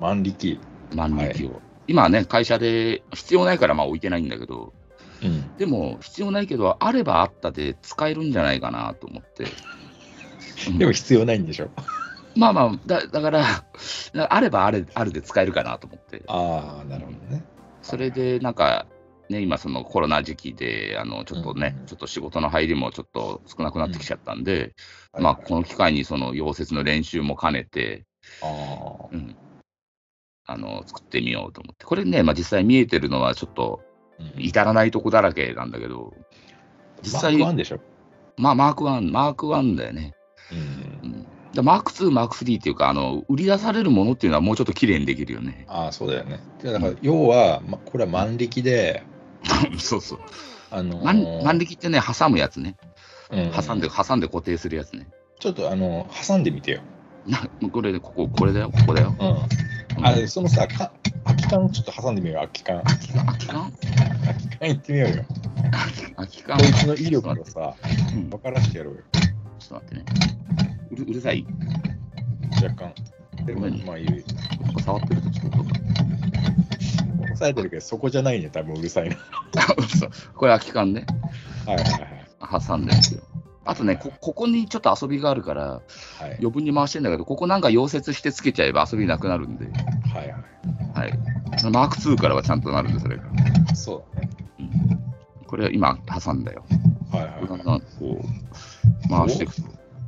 Speaker 4: 万力、
Speaker 3: 万力を。今はね、会社で必要ないからまあ置いてないんだけど、
Speaker 4: うん、
Speaker 3: でも必要ないけど、あればあったで使えるんじゃないかなと思って。うん
Speaker 4: でも必要ないんでしょ
Speaker 3: まあまあ、だだから、あればあれあるで使えるかなと思って。
Speaker 4: ああ、なるほどね。
Speaker 3: それでなんか、ね、今、そのコロナ時期で、あのちょっとね、
Speaker 4: うん
Speaker 3: ちょっと仕事の入りもちょっと少なくなってきちゃったんで、
Speaker 4: はい
Speaker 3: まあ、この機会にその溶接の練習も兼ねて、
Speaker 4: あ
Speaker 3: うん、あの作ってみようと思って、これね、まあ、実際見えてるのはちょっと
Speaker 4: ーうん
Speaker 3: 至らないとこだらけなんだけど、実際
Speaker 4: マークワンでしょ。
Speaker 3: まあ、マーク1、マーク1だよね。
Speaker 4: うん
Speaker 3: うんだマーク2、マーク3っていうか、あの売り出されるものっていうのはもうちょっと綺麗にできるよね。
Speaker 4: ああ、そうだよね。でだから、要は、ま、これは万力で、
Speaker 3: そうそう。
Speaker 4: あのー
Speaker 3: 万万力ってね、挟むやつね。
Speaker 4: うん
Speaker 3: 挟んで、挟んで固定するやつね。
Speaker 4: ちょっと、あのー挟んでみてよ。
Speaker 3: なこれで、ここ、これだよ、ここだよ。
Speaker 4: うん。あ、そのさ、か空き缶ちょっと挟んでみようよ、空き缶。空き缶
Speaker 3: 空き缶
Speaker 4: 行ってみようよ。
Speaker 3: 空き
Speaker 4: こ
Speaker 3: 缶
Speaker 4: いつの威力をさ、
Speaker 3: うんちょ
Speaker 4: 分からしてやろうよ。
Speaker 3: っと待ってね。うるうるさい
Speaker 4: 若干。でも、
Speaker 3: 何
Speaker 4: まあ、いる。
Speaker 3: ここ触ってるとちょっと音が。
Speaker 4: 押さえてるけど、そこじゃないね、多分うるさいな。
Speaker 3: そうこれ空き缶ね。
Speaker 4: はいはいはい。
Speaker 3: 挟んでるんですよ。あとねこ、ここにちょっと遊びがあるから、
Speaker 4: はい
Speaker 3: 余分に回してんだけど、ここなんか溶接してつけちゃえば遊びなくなるんで、
Speaker 4: はいは
Speaker 3: はい。マーク2からはちゃんとなるんで、それが。
Speaker 4: い。そうだね。
Speaker 3: これ今挟んだよ。
Speaker 4: はいはい
Speaker 3: こん
Speaker 4: は
Speaker 3: なこう、回していく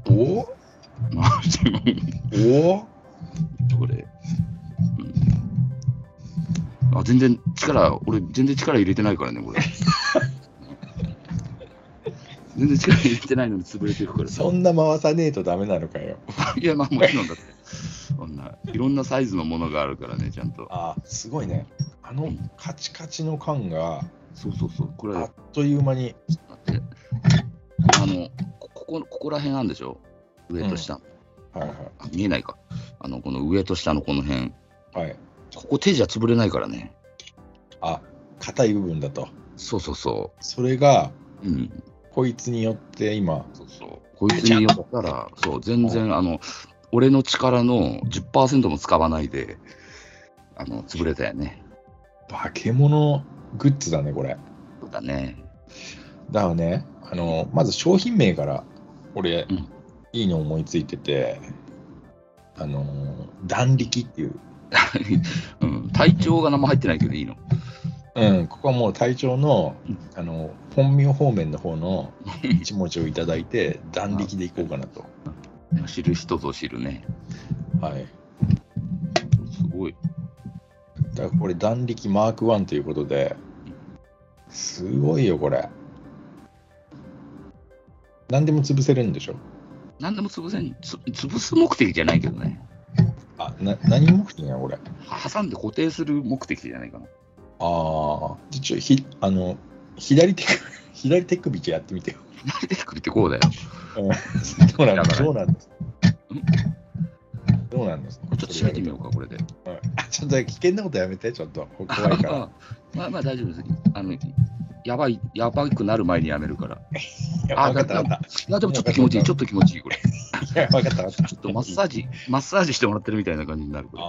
Speaker 3: と。
Speaker 4: い。お
Speaker 3: 回していく
Speaker 4: お
Speaker 3: これ。うん、あ全然力、俺全然力入れてないからね、 これ。全然力入れてないのに潰れていくから
Speaker 4: そんな回さねえとダメなのかよ。
Speaker 3: いや、まあもちろんだって。そんな、いろんなサイズのものがあるからね、ちゃんと。
Speaker 4: あーすごいね。あのカチカチの缶が
Speaker 3: そうそうそう、これ、
Speaker 4: あ
Speaker 3: だっ
Speaker 4: っという間に。
Speaker 3: て、あの、こここ、ここら辺あるんでしょ上と下、
Speaker 4: はい
Speaker 3: あ。見えないか。あの、この上と下のこの辺。
Speaker 4: はい。はい、
Speaker 3: ここ手じゃ潰れないからね。
Speaker 4: あ硬い部分だと。
Speaker 3: そうそうそ
Speaker 4: それが
Speaker 3: う。うん。
Speaker 4: こいつによって今。
Speaker 3: そうそう。こいつによったら、そう、全然、あの、俺の力の10%も使わないで、あの、潰れたよね。
Speaker 4: 化け物グッズだね、これ。
Speaker 3: そうだね。
Speaker 4: だからね、あのまず商品名から俺、
Speaker 3: うん
Speaker 4: いいの思いついてて、あの断力っていう、
Speaker 3: うん。体調が何も入ってないけどいいの。
Speaker 4: うん、ここはもう隊長の
Speaker 3: うん
Speaker 4: あの本名方面の方の一文字をいただいて、断力でいこうかなと。
Speaker 3: 知る人ぞ知るね。
Speaker 4: はい、
Speaker 3: すごい。
Speaker 4: だからこれ、断力マーク1ということで、すごいよ、これ。何でも潰せるんでしょ
Speaker 3: 何でも潰せん、つ潰す目的じゃないけどね。
Speaker 4: あな何目的なのこれ
Speaker 3: は挟んで固定する目的じゃないかな。
Speaker 4: ああ、じゃちょひあの左手首 左手首じゃやってみてよ。
Speaker 3: 慣れてくるってこうだよ。
Speaker 4: どうなん
Speaker 3: だ
Speaker 4: です
Speaker 3: から
Speaker 4: どうなんですどうなんです
Speaker 3: これちょっと閉めてみようか、これで。
Speaker 4: あちょっと危険なことやめて、ちょっと怖いか ら。
Speaker 3: まあまあまあ大丈夫です。あの、やばい、やばくなる前にやめるから。
Speaker 4: いや、わかったわかっ
Speaker 3: いや、でもちょっと気持ちいい、ちょっと気持ちいい、これ。ち
Speaker 4: た。いや、わかったわかった。
Speaker 3: ょっとマッサージ、マッサージしてもらってるみたいな感じになる。これ
Speaker 4: ああ、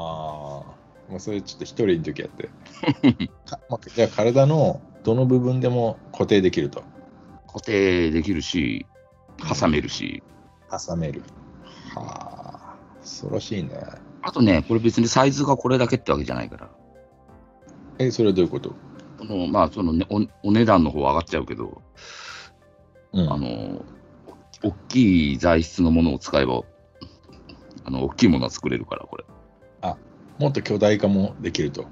Speaker 4: もうそれちょっと一人の時 やって。かまあじゃあ体のどの部分でも固定できると。
Speaker 3: 固定できるし、挟めるし。
Speaker 4: 挟める。はあ、恐ろしいね。
Speaker 3: あとね、これ別にサイズがこれだけってわけじゃないから。
Speaker 4: え、それはどういうこと
Speaker 3: この、まあ、そのね、おお値段の方は上がっちゃうけど、
Speaker 4: うん
Speaker 3: あの、大きい材質のものを使えば、あの、大きいものは作れるから、これ。
Speaker 4: もっと巨大化もできると。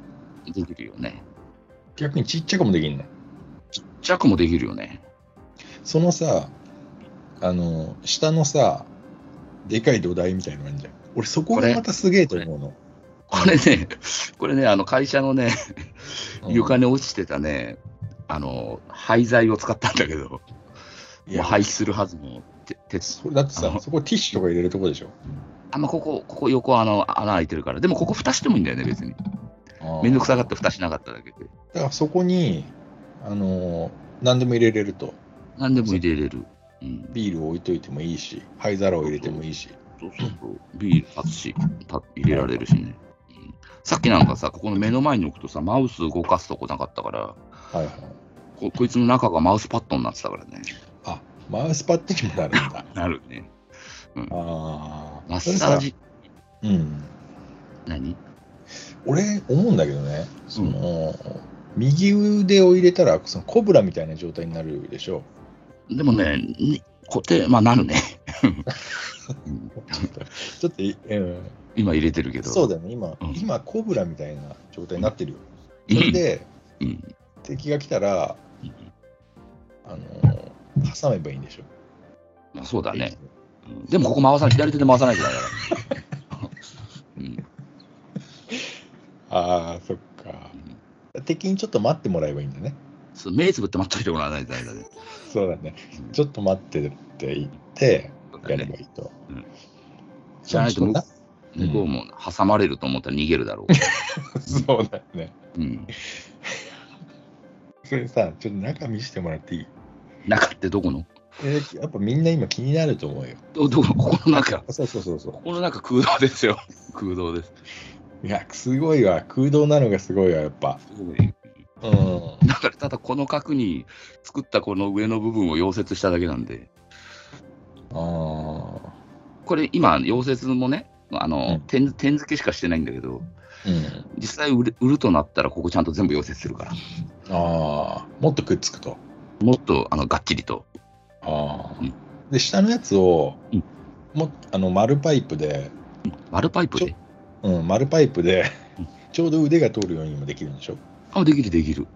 Speaker 3: できるよね。
Speaker 4: 逆にちっちゃくもできんの。
Speaker 3: 弱もできるよね。
Speaker 4: そのさ、あの、下のさ、でかい土台みたいなのあるじゃん。俺そこ
Speaker 3: こ
Speaker 4: が
Speaker 3: れ
Speaker 4: またすげえと思うの。
Speaker 3: これね、これね、あの、会社のね、
Speaker 4: うん
Speaker 3: 床に落ちてたね、あの、廃材を使ったんだけど、も
Speaker 4: いうや、
Speaker 3: 廃棄するはずも、て鉄。
Speaker 4: それだって
Speaker 3: あ
Speaker 4: さ、
Speaker 3: の
Speaker 4: そこティッシュとか入れるとこでしょ。
Speaker 3: あんまここ、ここ横あの穴開いてるから、でもここ蓋してもいいんだよね、別に。めんどくさがって蓋しなかっただけで。
Speaker 4: だからそこに、あの、何でも入れれると。
Speaker 3: 何でも入れれる。うん、
Speaker 4: ビールを置いといてもいいし、灰皿を入れてもいいし。
Speaker 3: そうそうそう。ビール立つし、立入れられるしね。うんさっきなんかさ、ここの目の前に置くとさ、マウス動かすとこなかったから、
Speaker 4: はいはい。
Speaker 3: ここいつの中がマウスパッドになってたからね。
Speaker 4: あ、マウスパッドにもなるんだ。
Speaker 3: なるね。
Speaker 4: ああ。
Speaker 3: マッサージ、
Speaker 4: それさ。うん。
Speaker 3: 何
Speaker 4: 俺思うんだけどねその、右腕を入れたらそのコブラみたいな状態になるでしょ
Speaker 3: でもね、に固定、まあなるね。
Speaker 4: ちょっとい、うん、
Speaker 3: 今入れてるけど。
Speaker 4: そうだよね今、
Speaker 3: うん
Speaker 4: 今コブラみたいな状態になってるよ、
Speaker 3: うん
Speaker 4: それで、
Speaker 3: うん
Speaker 4: 敵が来たら、
Speaker 3: うん
Speaker 4: あの挟めばいいんでしょ
Speaker 3: まあ、そうだね。うんでもここ回さない、左手で回さないとダメだから。うん
Speaker 4: ああ、そっか。敵にちょっと待ってもらえばいいんだね。
Speaker 3: そう目つぶって待っといてもらわないとダメだね。
Speaker 4: そうだね。ちょっと待ってって言って、やればいいと。
Speaker 3: うん
Speaker 4: じゃない
Speaker 3: じ
Speaker 4: と
Speaker 3: ゃない向こうも挟まれると思ったら逃げるだろう。
Speaker 4: そうだね。
Speaker 3: うん、
Speaker 4: それさ、ちょっと中見せてもらっていい
Speaker 3: 中ってどこの
Speaker 4: えーやっぱみんな今気になると思うよ。
Speaker 3: どどここの中。
Speaker 4: そうそうそうそう。
Speaker 3: ここの中空洞ですよ。空洞です。
Speaker 4: いや、すごいわ。空洞なのがすごいわ、やっぱ。うん。
Speaker 3: だからただこの角に作ったこの上の部分を溶接しただけなんで、
Speaker 4: あ
Speaker 3: これ今、溶接もね、あ
Speaker 4: う
Speaker 3: の
Speaker 4: ん
Speaker 3: 点点付けしかしてないんだけど、
Speaker 4: ーうん。
Speaker 3: 実際売れ売るとなったら、ここちゃんと全部溶接するから、
Speaker 4: ああ、もっとくっつくと。
Speaker 3: もっとあのがっちりと。
Speaker 4: ああ
Speaker 3: うん。
Speaker 4: で、下のやつを、
Speaker 3: うん
Speaker 4: もっあの丸パイプで、
Speaker 3: 丸パイプ
Speaker 4: ち
Speaker 3: で。
Speaker 4: うん、丸パイプで
Speaker 3: うん、
Speaker 4: ちょうど腕が通るようにもできるんでしょ。
Speaker 3: あ、できるできる。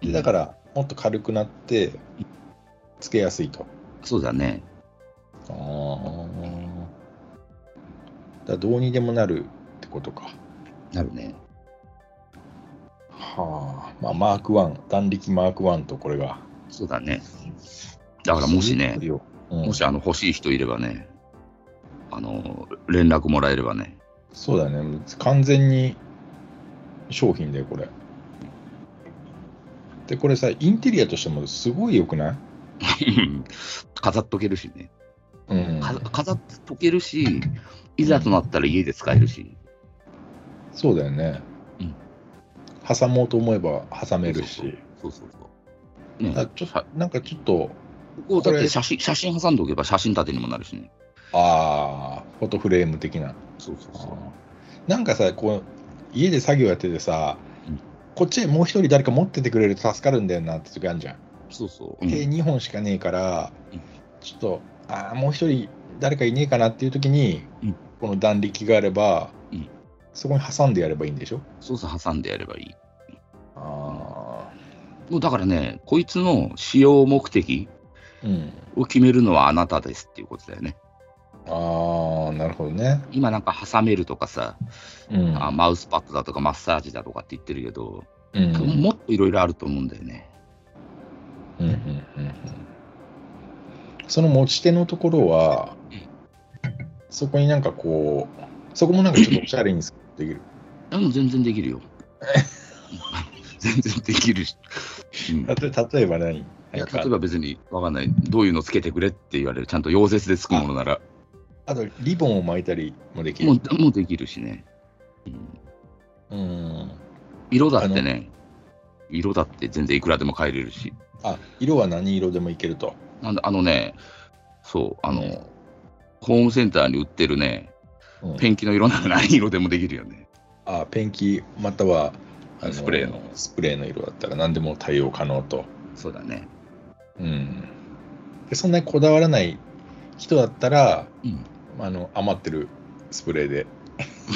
Speaker 4: でだから、もっと軽くなって、つけやすいと。
Speaker 3: そうだね。
Speaker 4: ああ。だからどうにでもなるってことか。
Speaker 3: なるね。
Speaker 4: はあ。まあ、マーク1、弾力マーク1とこれが。
Speaker 3: そうだね。だからもしね
Speaker 4: いい、ようん
Speaker 3: もしあの欲しい人いればね、あの連絡もらえればね、
Speaker 4: そうだね、完全に商品だよ、これ。で、これさ、インテリアとしてもすごい良くない
Speaker 3: 飾っとけるしね、
Speaker 4: うん
Speaker 3: か飾っとけるし、いざとなったら家で使えるし、
Speaker 4: そうだよね。
Speaker 3: うん
Speaker 4: 挟もうと思えば挟めるし。
Speaker 3: そうそうそう。ね
Speaker 4: だからちょっ
Speaker 3: は
Speaker 4: となんかちょっと、
Speaker 3: こうだって
Speaker 4: これ
Speaker 3: 写真写真挟んでおけば写真立てにもなるしね。
Speaker 4: ああ、フォトフレーム的な。
Speaker 3: そうそう
Speaker 4: あーなんかさ、こう、家で作業やっててさ
Speaker 3: うん、
Speaker 4: こっちへもう一人誰か持っててくれると助かるんだよなって時あるじゃん。
Speaker 3: そうそう。
Speaker 4: 手2本しかねえから、
Speaker 3: うん
Speaker 4: ちょっとあーもう一人誰かいねえかなっていう時に、
Speaker 3: うん
Speaker 4: この弾力があれば、
Speaker 3: うん
Speaker 4: そこに挟んでやればいいんでしょ
Speaker 3: そうそう挟んでやればいい。
Speaker 4: あ
Speaker 3: もうだからね、こいつの使用目的
Speaker 4: うん
Speaker 3: を決めるのはあなたですっていうことだよね。
Speaker 4: あーなるほどね、
Speaker 3: 今なんか挟めるとかさ、
Speaker 4: うん
Speaker 3: あマウスパッドだとかマッサージだとかって言ってるけど、
Speaker 4: うん
Speaker 3: 多分もっといろいろあると思うんだよね。
Speaker 4: うんうんうんうんその持ち手のところは、
Speaker 3: うん
Speaker 4: そこになんかこうそこもなんかちょっとおしゃれにするで きる
Speaker 3: でも全然できる よ。全然できるし。うん
Speaker 4: 例え例えば何
Speaker 3: い
Speaker 4: な
Speaker 3: や
Speaker 4: んか
Speaker 3: 例えば別にわかんない、どういうのつけてくれって言われる、ちゃんと溶接でつくものなら、
Speaker 4: あとリボンを巻いたりもでき
Speaker 3: も
Speaker 4: る
Speaker 3: うもうできるしね。うん
Speaker 4: うん
Speaker 3: 色だってね、色だって全然いくらでも変えれるし、
Speaker 4: あ色は何色でもいけると
Speaker 3: なんであのね、そう、あの、ホームセンターに売ってるね、
Speaker 4: うん
Speaker 3: ペンキの色なら何色でもできるよね。
Speaker 4: あペンキまたはあ
Speaker 3: スプレーの
Speaker 4: スプレーの色だったら何でも対応可能と、
Speaker 3: そうだ ね。
Speaker 4: うん、でそんなにこだわらない人だったら
Speaker 3: うん。
Speaker 4: あの余ってるスプレーで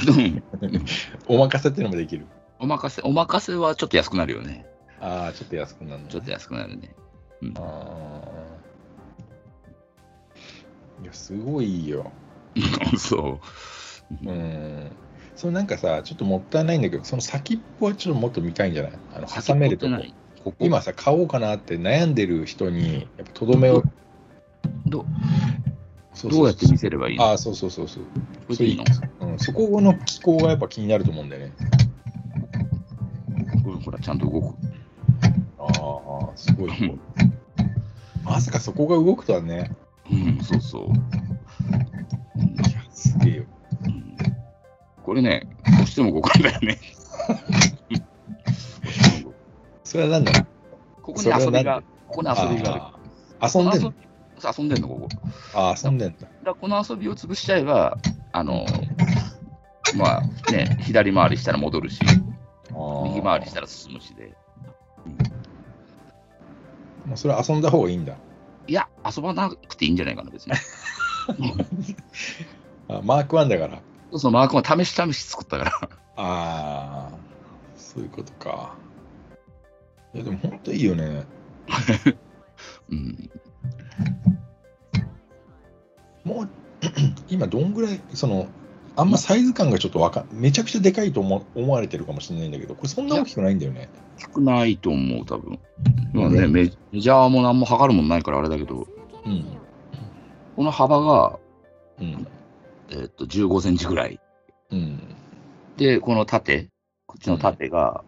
Speaker 3: うん
Speaker 4: お任せっていうのもできる
Speaker 3: お任せ、お任せはちょっと安くなるよね。
Speaker 4: ああちょっと安くなるのね
Speaker 3: ちょっと安くなる ね。
Speaker 4: あーいやすごいよ
Speaker 3: そう。
Speaker 4: うんそのなんかさちょっともったいないんだけどその先っぽはちょっともっと見たいんじゃないあの挟めるとこ
Speaker 3: 先っぽってないここ
Speaker 4: 今さ買おうかなって悩んでる人にやっぱとどめを
Speaker 3: ど
Speaker 4: そそ
Speaker 3: どうやって見せればいいの
Speaker 4: ああ、そうそうそうそう、
Speaker 3: これでいいの
Speaker 4: うん。そこの機構がやっぱ気になると思うんだよね。
Speaker 3: うんほら、ちゃんと動く。
Speaker 4: ああ、すごい。まさかそこが動くとはね。
Speaker 3: うん、そうそう。うん
Speaker 4: いや、すげえよ。
Speaker 3: うんこれね、押しても五感だよ ね。押しても五
Speaker 4: それは何だろう
Speaker 3: ここに遊
Speaker 4: それ
Speaker 3: び
Speaker 4: はな
Speaker 3: が
Speaker 4: ん、
Speaker 3: ここに遊びがある。
Speaker 4: あー遊んでん
Speaker 3: 遊
Speaker 4: の
Speaker 3: びそう遊んでんの、ここ。だか
Speaker 4: あー遊んでんだ。
Speaker 3: らこの遊びを潰しちゃえば、あの、まあね、左回りしたら戻るし、右回りしたら進むしで。
Speaker 4: た。もうそれは遊んだ方がいいんだ。
Speaker 3: いや、遊ばなくていいんじゃないかな、別に。
Speaker 4: あマーク1だから。
Speaker 3: うんそのマークも試し試し作ったから。
Speaker 4: ああ、そういうことか。いや、でも本当いいよね。
Speaker 3: うん。
Speaker 4: もう 今どんぐらいそのあんまサイズ感がちょっとわかんめちゃくちゃでかいと思思われてるかもしれないんだけどこれそんな大きくないんだよね
Speaker 3: 少ないと思う、多分。まあね、メメジャーも何も測るもんないからあれだけど、
Speaker 4: うん
Speaker 3: この幅が、
Speaker 4: うん
Speaker 3: えーっと15センチぐらい。
Speaker 4: うん
Speaker 3: で、この縦、こっちの縦が、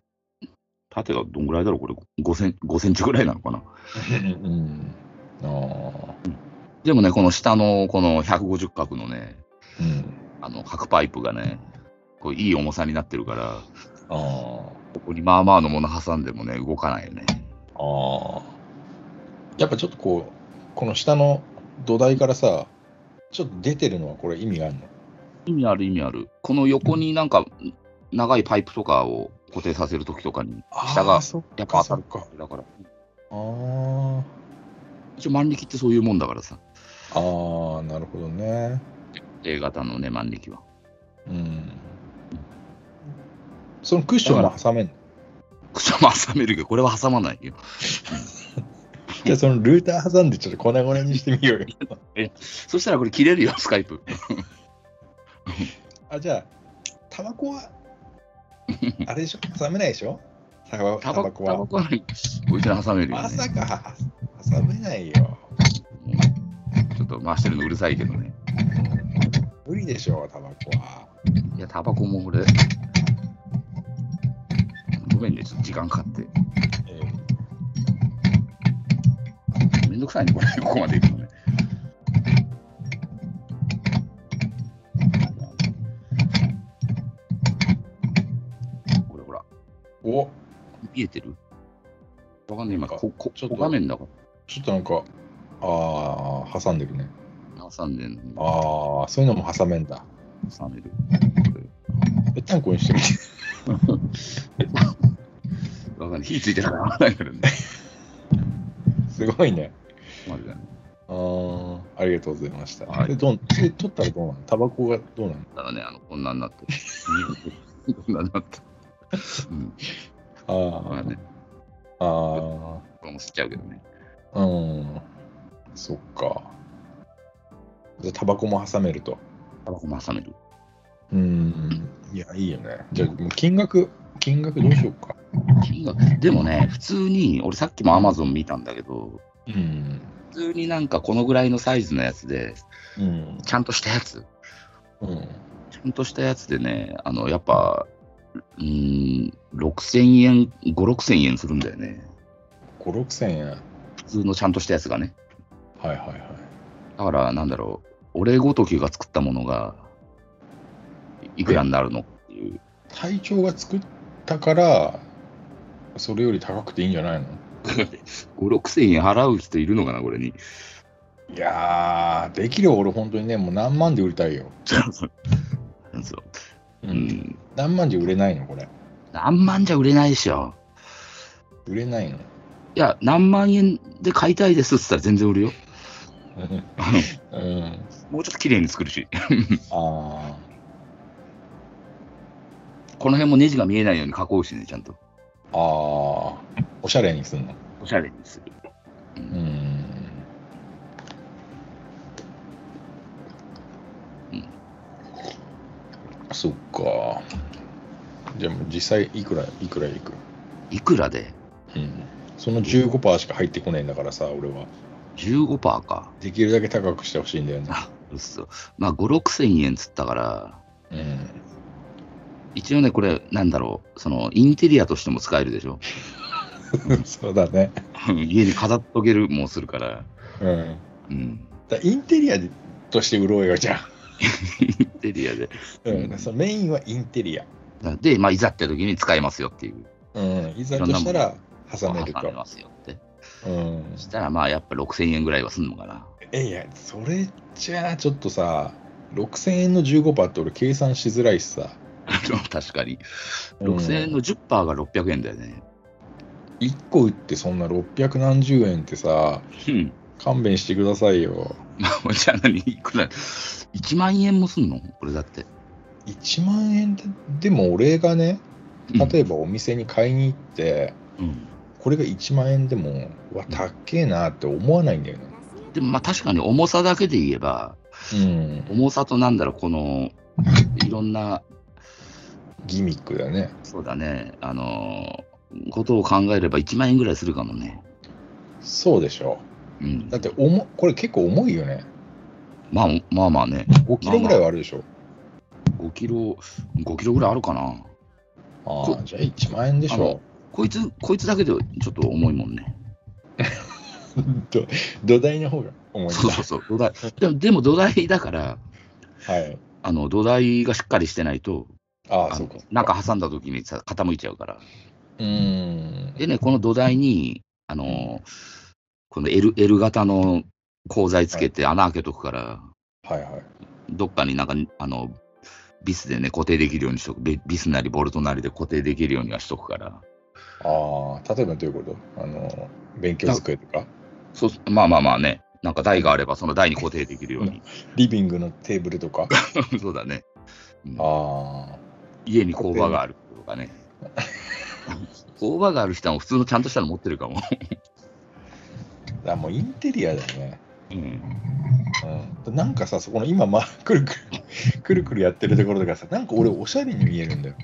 Speaker 3: 縦がどんぐらいだろうこれ5セン、5センチぐらいなのかな
Speaker 4: うんああ
Speaker 3: でもね、この下のこの150角のね、
Speaker 4: うん
Speaker 3: あの角パイプがね、こういい重さになってるから、
Speaker 4: ああ
Speaker 3: ここにまあまあのもの挟んでもね、動かないよね。
Speaker 4: ああ。やっぱちょっとこう、この下の土台からさ、ちょっと出てるのはこれ意味があるの。
Speaker 3: 意味ある意味ある。この横になんか長いパイプとかを固定させるときとかに、下
Speaker 4: あ
Speaker 3: が
Speaker 4: ーそっか
Speaker 3: やっぱ当たる
Speaker 4: そっか。
Speaker 3: だから、
Speaker 4: あー
Speaker 3: 一応万力ってそういうもんだからさ、
Speaker 4: あー、なるほどね。
Speaker 3: A 型のね、万力は。
Speaker 4: うん。そのクッションも挟めんの。
Speaker 3: クソも挟めるけど、これは挟まないよ。
Speaker 4: じゃあそのルーター挟んでちょっと粉々にしてみようよ。
Speaker 3: そしたらこれ切れるよ、スカイプ。
Speaker 4: あ、じゃあ、タバコ は、あれでしょ挟めないでしょタバ
Speaker 3: タ
Speaker 4: タ
Speaker 3: バ
Speaker 4: バ
Speaker 3: コ
Speaker 4: コ
Speaker 3: タ
Speaker 4: は
Speaker 3: バ。コはねこいつら挟めるよ、ね。
Speaker 4: まさか、挟めないよ。
Speaker 3: ちょっと回してるのうるさいけどね。
Speaker 4: 無理でしょ、タバコは。
Speaker 3: いや、タバコも俺、ごめんね、ちょっと時間かかって。
Speaker 4: え
Speaker 3: めんどくさいね、これ、 ここまで行くのね。ほらほら、
Speaker 4: ーお
Speaker 3: 見えてるわかんない、今、
Speaker 4: なんか
Speaker 3: ここ
Speaker 4: ちょっと
Speaker 3: 小画面だか
Speaker 4: ちょっとなんか、ああ、挟んでるね。
Speaker 3: ら、挟んでんのに、
Speaker 4: ああ、そういうのも挟めんだ。
Speaker 3: 挟める。
Speaker 4: ぺったんこにしてみて。
Speaker 3: わかんない、火ついてるから合わないから ね。
Speaker 4: すごいね。
Speaker 3: マジだね。
Speaker 4: あーありがとうございました。
Speaker 3: はい
Speaker 4: でどうで取ったらどうなのタバコがどうなの
Speaker 3: だからね、あの、こんなんなって る。こんなんなってる。うん、ま
Speaker 4: あ
Speaker 3: あね、
Speaker 4: あ、あ
Speaker 3: これも吸っちゃうけどね。
Speaker 4: あ、うん。そっか。じゃあタバコも挟めると。
Speaker 3: タバコも挟める。
Speaker 4: うん。いや、いいよね。じゃあ、もう金額、金額どうしようか。
Speaker 3: 金額でもね、普通に、俺さっきも Amazon 見たんだけど、
Speaker 4: うん。
Speaker 3: 普通になんかこのぐらいのサイズのやつで、
Speaker 4: うん。
Speaker 3: ちゃんとしたやつ、
Speaker 4: うん。
Speaker 3: ちゃんとしたやつでね、あの、やっぱ、うーん、6000円、5、6000円するんだよね。
Speaker 4: 5、6千円。はい
Speaker 3: 普通のちゃんとしたやつがね。
Speaker 4: はいはい。
Speaker 3: だから、なんだろう、俺ごときが作ったものが、いくらになるのっていう。
Speaker 4: 隊長が作ったから、それより高くていいんじゃないの
Speaker 3: 5、6000円払う人いるのかな、これに。
Speaker 4: いやー、できる俺、本当にね、もう何万で売りたいよ。
Speaker 3: そう。
Speaker 4: う
Speaker 3: うん。
Speaker 4: 何万じゃ売れないの、これ。
Speaker 3: 何万じゃ売れないでしょ。
Speaker 4: 売 れないの。
Speaker 3: いや、何万円で買いたいですって言ったら全然売るよ。
Speaker 4: うん。
Speaker 3: もうちょっと綺麗に作るし。
Speaker 4: あ
Speaker 3: この辺もネジが見えないように囲うしね、ちゃんと。
Speaker 4: ー、あー、おしゃれにすんの。
Speaker 3: おしゃれにする。
Speaker 4: うん。
Speaker 3: うん
Speaker 4: そっか。じゃあ、もう実際、いくら、いくらいく
Speaker 3: いくらで
Speaker 4: うん。その15%しか入ってこないんだからさ、俺は。
Speaker 3: ?15% か。
Speaker 4: できるだけ高くしてほしいんだよね。
Speaker 3: うっそ。まあ、5、6千円つったから、
Speaker 4: うん。
Speaker 3: 一応ね、これ、なんだろう、その、インテリアとしても使えるでしょ。
Speaker 4: そうだね。
Speaker 3: 家に飾っとけるもするから。
Speaker 4: うん。
Speaker 3: うん。
Speaker 4: だインテリアとして売ろうよ、じゃあ。
Speaker 3: インテリアで。
Speaker 4: うん
Speaker 3: うん
Speaker 4: そのメインはインテリア。
Speaker 3: で、まあ、いざって時に使えますよっていう。
Speaker 4: うん、いざとしたら挟める
Speaker 3: 挟め
Speaker 4: と。
Speaker 3: ますよって。
Speaker 4: うん
Speaker 3: そ、したら、まあ、やっぱ6千円ぐらいはすんのか な。
Speaker 4: えいや、それじゃあちょっとさ、6000円の15%って俺計算しづらいしさ、
Speaker 3: 確かに。
Speaker 4: うん
Speaker 3: 6000円の10%が600円だよね。
Speaker 4: 1個売ってそんな600何十円ってさ、
Speaker 3: うん。
Speaker 4: 勘弁してくださいよ。
Speaker 3: じゃあ何いくら ?1 万円もすんのこれだって。
Speaker 4: 1万円で、でも俺がね、例
Speaker 3: え
Speaker 4: えばお店に買いに行って、
Speaker 3: ば、うん
Speaker 4: これが1万円でも、うわ、高えなって思わないんだよね。
Speaker 3: でもまあ確かに重さだけで言えば、
Speaker 4: うん、
Speaker 3: 重さとなんだろう、この、 いろんな、
Speaker 4: ギミックだね。
Speaker 3: そうだね、あのーことを考えれば1万円ぐらいするかもね。
Speaker 4: そうでしょ。
Speaker 3: うん
Speaker 4: だ、って重、これ結構重いよね。
Speaker 3: まあまあまあね、
Speaker 4: 5キロぐらいはあるでしょ。
Speaker 3: 5キロ、5キロぐらいあるかな。
Speaker 4: あ
Speaker 3: こ
Speaker 4: あ、じゃあ1万円でし
Speaker 3: あ
Speaker 4: ょ
Speaker 3: の。こいつ、こいつだけでちょっと重いもんね。
Speaker 4: ど土台の方が重いんだ
Speaker 3: そうそうそう、土台。でも、でも土台だから、
Speaker 4: はい。
Speaker 3: あの土台がしっかりしてないと、
Speaker 4: ああ、
Speaker 3: あ
Speaker 4: そう
Speaker 3: の
Speaker 4: か。
Speaker 3: なんか挟んだ時にさ傾いちゃうから。
Speaker 4: うーん。
Speaker 3: でね、この土台に、あの、この L, L 型の鋼材つけて穴開けとくから、
Speaker 4: はいはい。
Speaker 3: どっかになんか、あの、ビスでね、固定できるようにしとく。ビビスなりボルトなりで固定できるようにはしとくから。
Speaker 4: ああ、例えばどういうことあの、勉強机とか、
Speaker 3: そうす、まあまあまあね。なんか台があれば、その台に固定できるよ うに。
Speaker 4: リビングのテーブルとか。
Speaker 3: そうだね。うん
Speaker 4: あ
Speaker 3: 家に工場があるとかね。工場がある人は普通のちゃんとしたの持ってるかも。
Speaker 4: ーあ、もうインテリアだよね。
Speaker 3: うん。
Speaker 4: うん、なんかさ、そこの今、ま、くるくる、くるくるやってるところとかさ、なんか俺、おしゃれに見えるんだよ。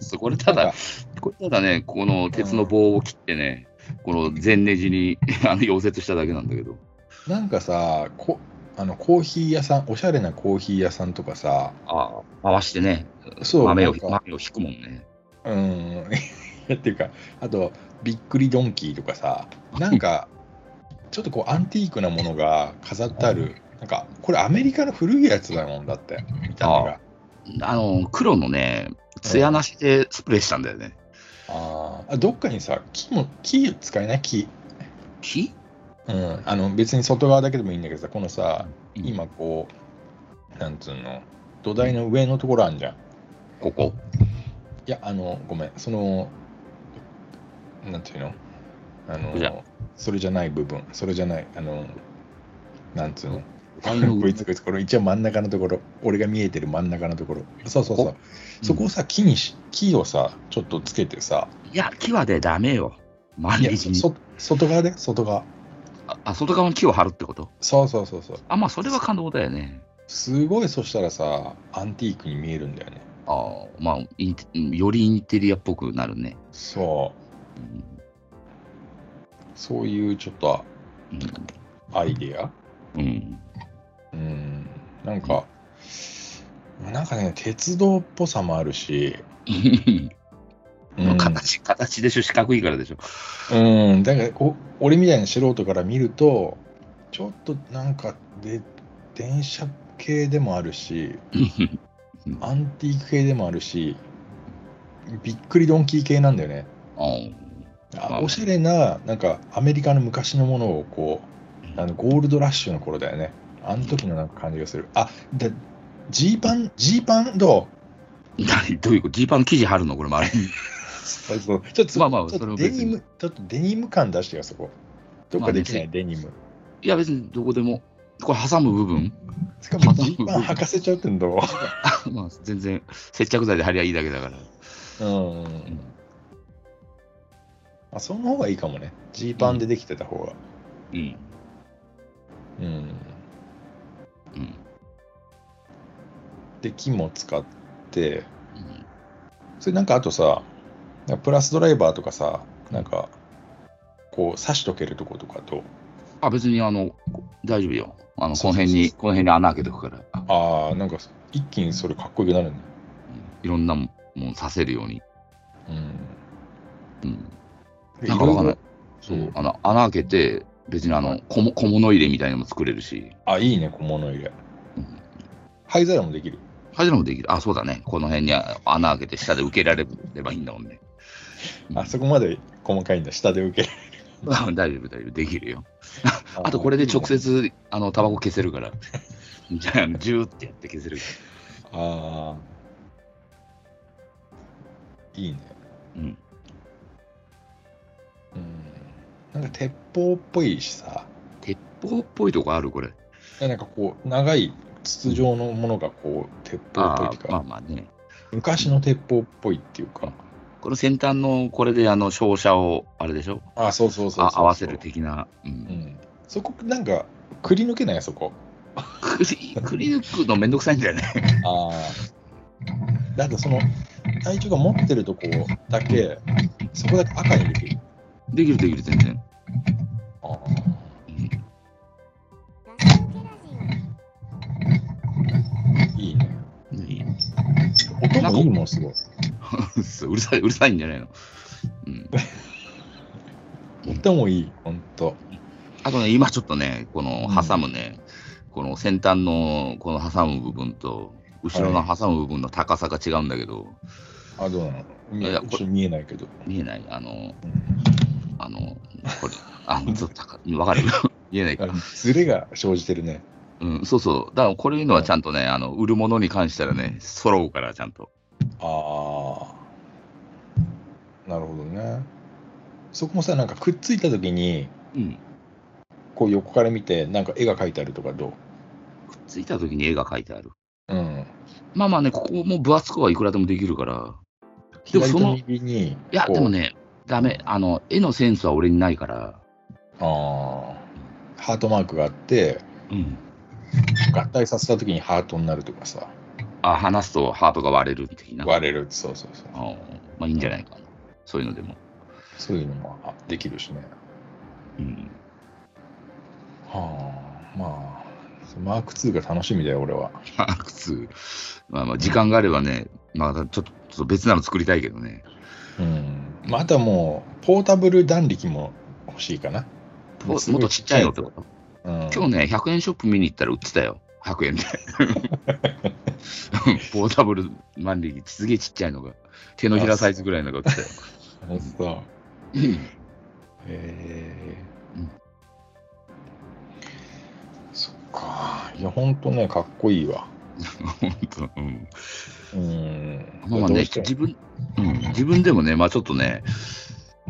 Speaker 3: そうこれた
Speaker 4: なん
Speaker 3: だ
Speaker 4: か、
Speaker 3: これただね、この鉄の棒を切ってね、この前ネジにあの溶接しただけなんだけど。
Speaker 4: なんかさ、こあのコーヒー屋さん、おしゃれなコーヒー屋さんとかさ、
Speaker 3: ああ。回してね、
Speaker 4: そう、
Speaker 3: 豆を
Speaker 4: なんか
Speaker 3: 豆を引くもんね。
Speaker 4: うん、 っていうか、あと、びっくりドンキーとかさ、なんか、ちょっとこう、アンティークなものが飾ってある、なんか、これ、アメリカの古いやつだもんだって、見た目が。
Speaker 3: あの、黒のね、艶なしでスプレーしたんだよね。
Speaker 4: あーあどっかにさ、木も、木使えない木。
Speaker 3: 木
Speaker 4: うん、あの別に外側だけでもいいんだけどさ、このさ、
Speaker 3: うん
Speaker 4: 今こう、なんつうの、土台の上のところあんじゃん。い
Speaker 3: ここ。
Speaker 4: や、あの、ごめん、その、なんていうのあ
Speaker 3: これじゃ
Speaker 4: の、それじゃない部分、それじゃない、あの、なんつうの、
Speaker 3: あの
Speaker 4: こいつこいつ、これ一応真ん中のところ、俺が見えてる真ん中のところ、そうそうそう
Speaker 3: こ、
Speaker 4: そこをさ、木にし、木をさ、ちょっとつけてさ、
Speaker 3: いや、木はね、ダメよ。
Speaker 4: い
Speaker 3: 周
Speaker 4: や、
Speaker 3: りに
Speaker 4: そ外側で、外側。
Speaker 3: ああ、外側に木を張るってこと
Speaker 4: そうそうそうそう。
Speaker 3: あ、まあ、それは可能だよね。
Speaker 4: すごい、そしたらさ、アンティークに見えるんだよね。
Speaker 3: ああ、まあインテ、よりインテリアっぽくなるね。
Speaker 4: そう、
Speaker 3: うん
Speaker 4: そういうちょっとアイディア。
Speaker 3: うん。うん。
Speaker 4: うん、なんか、なんかね、鉄道っぽさもあるし、うん、
Speaker 3: 形、形でしょ、四角いからでしょ。
Speaker 4: うん、だからこう俺みたいな素人から見ると、ちょっとなんかで、電車系でもあるし、アンティーク系でもあるし、びっくりドンキー系なんだよね。
Speaker 3: うんま
Speaker 4: あ
Speaker 3: あ
Speaker 4: おしゃれな、なんかアメリカの昔のものをこう、あのゴールドラッシュの頃だよね。あの時のなんか感じがする。あ、で、ジーパン、ジーパンどう
Speaker 3: 何どういうことジーパンの生地貼るのこれ周りに。
Speaker 4: そうそうちょっと、
Speaker 3: まあまあ
Speaker 4: ちょ
Speaker 3: そ
Speaker 4: っ
Speaker 3: れ
Speaker 4: と
Speaker 3: は
Speaker 4: デ
Speaker 3: 別に
Speaker 4: ニム、ちょっとデニム感出してよ、そこ。どっかできない、
Speaker 3: ま
Speaker 4: デニム。
Speaker 3: いや、別にどこでも。これ挟む部分
Speaker 4: しか も
Speaker 3: まあ
Speaker 4: ジーパン履かせちゃうってんだろ。
Speaker 3: まあ、全然、接着剤で貼りゃいいだけだから。
Speaker 4: うん。まあ、その方がいいかもね。ジーパンでできてた方が。
Speaker 3: うん。
Speaker 4: うん。
Speaker 3: うん。
Speaker 4: で、木も使って、
Speaker 3: うん
Speaker 4: それなんかあとさ、なんかプラスドライバーとかさ、なんか、こう、刺しとけるとことかと、
Speaker 3: あ、別に、あの、大丈夫よ。あの、こ
Speaker 4: そうそうそう
Speaker 3: の辺に、この辺に穴開けとくから。
Speaker 4: ああ、なんか一気にそれかっこよくなるね。
Speaker 3: いろんなもんさせるように。
Speaker 4: うん。
Speaker 3: うん。
Speaker 4: で
Speaker 3: なんかわかんない。。
Speaker 4: いろいろそう。
Speaker 3: あの、穴開けて、別にあの、小も小物入れみたいなのも作れるし。
Speaker 4: あ、いいね、小物入れ
Speaker 3: うん。
Speaker 4: 灰皿もできる。
Speaker 3: カジノもできる。あ、そうだね。この辺にあ穴開けて、下で受けられればいいんだもんね。
Speaker 4: あそこまで細かいんだ、下で受ける。
Speaker 3: うん 大丈夫、大丈夫。できるよ。 あと、これで直
Speaker 4: いいね。
Speaker 3: 接、あの、タバコ消せるから。 じゃあ、ジューってやって消せる。
Speaker 4: ああ。いいね。
Speaker 3: うん。
Speaker 4: うん。なんか鉄砲っぽいしさ、
Speaker 3: 鉄砲っぽいとこある、これ。
Speaker 4: なんかこう、長い筒状のものがこう、鉄砲っぽい
Speaker 3: あ
Speaker 4: っていうか
Speaker 3: ー、まあまあね。
Speaker 4: 昔の鉄砲っぽいっていうか、
Speaker 3: この先端の、これで、あの、照射を、あれでしょ
Speaker 4: あそうそうそうそ
Speaker 3: あ合
Speaker 4: う
Speaker 3: わせる的な。う。
Speaker 4: うんん。そこ、なんか、くり抜けない、そこ。
Speaker 3: クリ クリックのめんどくさいんだよね。
Speaker 4: ああ。だってその、体調が持ってるとこだけ、そこだけ赤にできる。
Speaker 3: できるできる、全然。
Speaker 4: あ
Speaker 3: うん
Speaker 2: ガス抜けラジオ
Speaker 4: あ、い
Speaker 3: い
Speaker 4: いね。音もいいもん、すごい。
Speaker 3: い そううるさい、うるさいんじゃないの。うん、
Speaker 4: 音もいい、ほんと。
Speaker 3: あとね、今ちょっとね、この
Speaker 4: うん
Speaker 3: 挟むね、この先端のこの挟む部分と、後ろの挟む部分の高さが違うんだけど、
Speaker 4: あ、どうなの見
Speaker 3: い
Speaker 4: え
Speaker 3: やこ
Speaker 4: ちょ
Speaker 3: れ
Speaker 4: っと見えないけど。
Speaker 3: 見えないあの、
Speaker 4: うん
Speaker 3: あの、これ、 あの、ちょっと高いわかる 見えないか
Speaker 4: あ。ズレが生じてるね。
Speaker 3: うん、そうそう。だから、これいうのはちゃんとね、あの、売るものに関してはね、揃うから、ちゃんと。
Speaker 4: ああ。なるほどね。そこもさ、なんかくっついたときに、
Speaker 3: うん。
Speaker 4: こう横から見て、なんか絵が描いてあるとかど
Speaker 3: くっついた時に絵が描いてある。
Speaker 4: ううん。
Speaker 3: まあまあね、ここも分厚くはいくらでもできるから。でも
Speaker 4: 左
Speaker 3: そ
Speaker 4: と
Speaker 3: の、い
Speaker 4: 右に。い
Speaker 3: や、でも。ね、ダメ。あの、絵のセンスは俺にないから。
Speaker 4: ああ。ハートマークがあって、
Speaker 3: うん。
Speaker 4: 合体させたときにハートになるとかさ、
Speaker 3: あ、話すとハートが割れる的な。
Speaker 4: 割れる。そうそうそう。
Speaker 3: あまあいいんじゃないかな。そういうのでも。
Speaker 4: そういうのもあできるしね。
Speaker 3: うん。
Speaker 4: はあ。まあ、マーク2が楽しみだよ、俺は。
Speaker 3: マーク2。まあまあ、時間があればね、またちょっとちょっと別なの作りたいけどね。
Speaker 4: うん。まあ、あとはもう、ポータブル弾力も欲しいかな。
Speaker 3: もっとちっちゃいのってこと
Speaker 4: うん、
Speaker 3: 今日ね、100円ショップ見に行ったら売ってたよ、100円で。 ポータブル万力、すげえちっちゃいのが、手のひらサイズぐらいのが売ってたよ。
Speaker 4: そう。
Speaker 3: うん
Speaker 4: えー
Speaker 3: うん
Speaker 4: そっか。いや、ほんとね、かっこいいわ。
Speaker 3: ほんとうん
Speaker 4: うん。
Speaker 3: まあまあ
Speaker 4: どう
Speaker 3: ね
Speaker 4: して、も
Speaker 3: 自分、うん、自分でもね、まあちょっとね、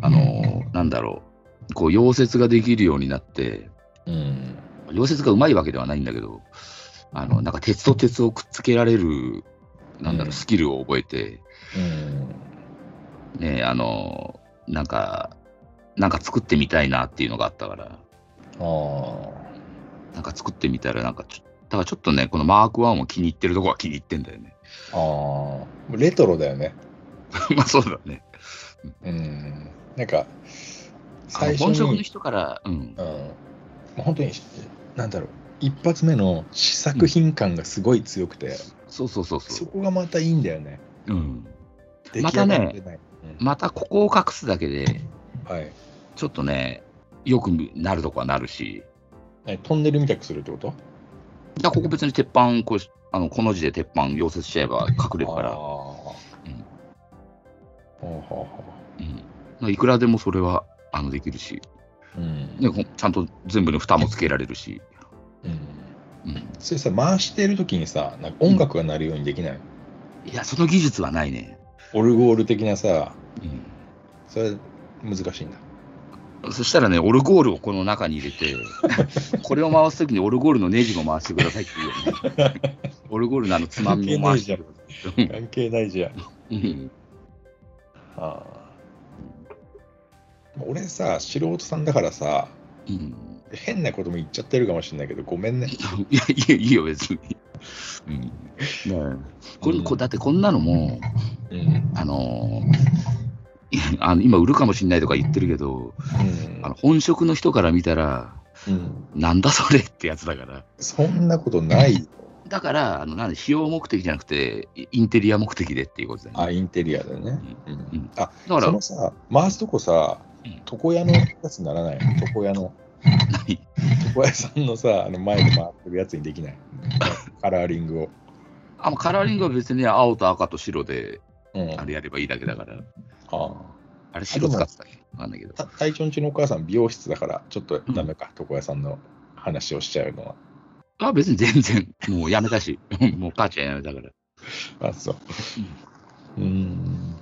Speaker 3: あのーなんだろう、こう、溶接ができるようになって、
Speaker 4: うん。
Speaker 3: 溶接がうまいわけではないんだけど、あの、なんか鉄と鉄をくっつけられる、なんだろ
Speaker 4: う
Speaker 3: う、
Speaker 4: ん
Speaker 3: スキルを覚えて、
Speaker 4: うん。
Speaker 3: ね、あの、なんか、なんか作ってみたいなっていうのがあったから、
Speaker 4: あ
Speaker 3: なんか作ってみたら、なんかちょ、だからちょっとね、このマーク1も気に入ってるとこは気に入ってんだよね。
Speaker 4: あ。ああ。レトロだよね。
Speaker 3: まあそうだね。
Speaker 4: うん。なんか、
Speaker 3: あの
Speaker 4: 最
Speaker 3: 本
Speaker 4: 初
Speaker 3: 職の
Speaker 4: に、
Speaker 3: 人から、うん
Speaker 4: う。ん。もう本当に、なんだろう。一発目の試作品感がすごい強くて、
Speaker 3: そうそうそうそ。
Speaker 4: そうこがまたいいんだよね。
Speaker 3: うん。
Speaker 4: 出
Speaker 3: ま
Speaker 4: 来
Speaker 3: た
Speaker 4: 上
Speaker 3: ね
Speaker 4: がってない。うん
Speaker 3: またここを隠すだけで、
Speaker 4: はい。
Speaker 3: ちょっとね、よくなるとこはなるし、
Speaker 4: えトンネルみたくするってこと
Speaker 3: だからここ別に鉄板、こうしあのこの字で鉄板溶接しちゃえば隠れるから、
Speaker 4: あー
Speaker 3: うん
Speaker 4: ほうほうほ
Speaker 3: だからいくらでもそれはあのできるし、
Speaker 4: ううん
Speaker 3: ね、こちゃんと全部に蓋もつけられるし、
Speaker 4: うん
Speaker 3: うん、
Speaker 4: それさ回してる時にさなんか音楽が鳴るようにできない、
Speaker 3: いや、その技術はないね。
Speaker 4: オルゴール的なさ
Speaker 3: うん、
Speaker 4: それ難しいんだ
Speaker 3: そしたらね、オルゴールをこの中に入れて、 これを回すときにオルゴールのネジも回してくださいっていう、 ね、オルゴールのあのつまみも回してください
Speaker 4: 関係ないじゃん
Speaker 3: うん。
Speaker 4: あー俺さ素人さんだからさ
Speaker 3: うん
Speaker 4: 変なことも言っちゃってるかもしれないけどごめんね
Speaker 3: いや、いいよいいよ、別に。うんねえこれこだってこんなのも、
Speaker 4: うん、うん
Speaker 3: あのーい やあの今売るかもしれないとか言ってるけど、あの本職の人から見たら、
Speaker 4: うん、
Speaker 3: なんだそれってやつだから。
Speaker 4: そんなことない
Speaker 3: だから、あのなんで、使用目的じゃなくて、イインテリア目的でっていうことだよね。
Speaker 4: あインテリアだよね、うん
Speaker 3: うん
Speaker 4: あ
Speaker 3: だから
Speaker 4: そ、のさ回すとこさ
Speaker 3: うん
Speaker 4: 床屋のやつにならない床屋の
Speaker 3: 何
Speaker 4: 床屋さんのさあの前で回ってるやつにできないカラーリングを、
Speaker 3: あのカラーリングは別に青と赤と白で
Speaker 4: うん、
Speaker 3: あれやればいいだけだから、
Speaker 4: あ
Speaker 3: あれ白使ってたっけわかんないけど。
Speaker 4: た隊長んちのお母さん美容室だからちょっとダメか、床屋さんの話をしちゃうのは
Speaker 3: あ別に全然、もうやめたし、 もう母ちゃんやめたから。
Speaker 4: あそううーん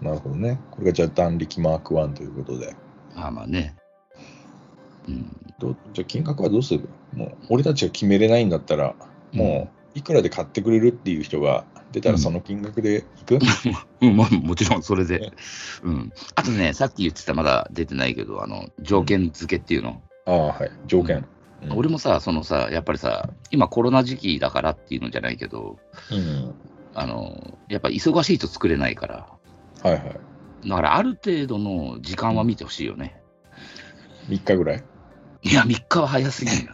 Speaker 4: なるほどねこれがじゃあ弾力マーク1ということで
Speaker 3: まあまあね。うん。
Speaker 4: どうじゃあ金額はどうするもう俺たちが決めれないんだったらもういくらで買ってくれるっていう人が出たらその金額でいく、
Speaker 3: うん、まあも ちろんそれで。うん。あとね、さっき言ってた、まだ出てないけど、あの、条件付けっていうの。
Speaker 4: ああはい条件、うん
Speaker 3: 俺もさ、そのさ、やっぱりさ、今コロナ時期だからっていうのじゃないけど、
Speaker 4: うん
Speaker 3: あの、やっぱ忙しいと作れないから、
Speaker 4: はいはい
Speaker 3: だからある程度の時間は見てほしいよね。
Speaker 4: 3日ぐらい
Speaker 3: いや、3日は早すぎるな。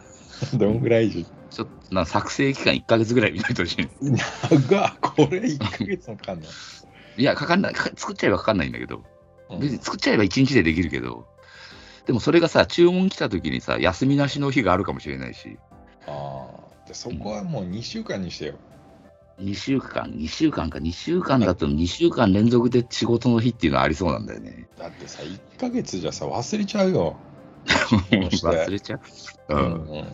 Speaker 4: どんぐらいじ
Speaker 3: ちょっとな作成期間1ヶ月ぐらい見ないとしい。
Speaker 4: 長っこれ1ヶ月もかかんない
Speaker 3: いや、かかんない、か作っちゃえばかかんないんだけど、
Speaker 4: うん
Speaker 3: 別に作っちゃえば1日でできるけど、でもそれがさ、注文来た時にさ、休みなしの日があるかもしれないし、
Speaker 4: ああでそこはもう2週間にしてよ
Speaker 3: 2週間、2週間か、2週間だと2週間連続で仕事の日っていうのはありそうなんだよね。
Speaker 4: だってさ1ヶ月じゃさ忘れちゃうようして
Speaker 3: 忘れちゃう。う、
Speaker 4: うんんや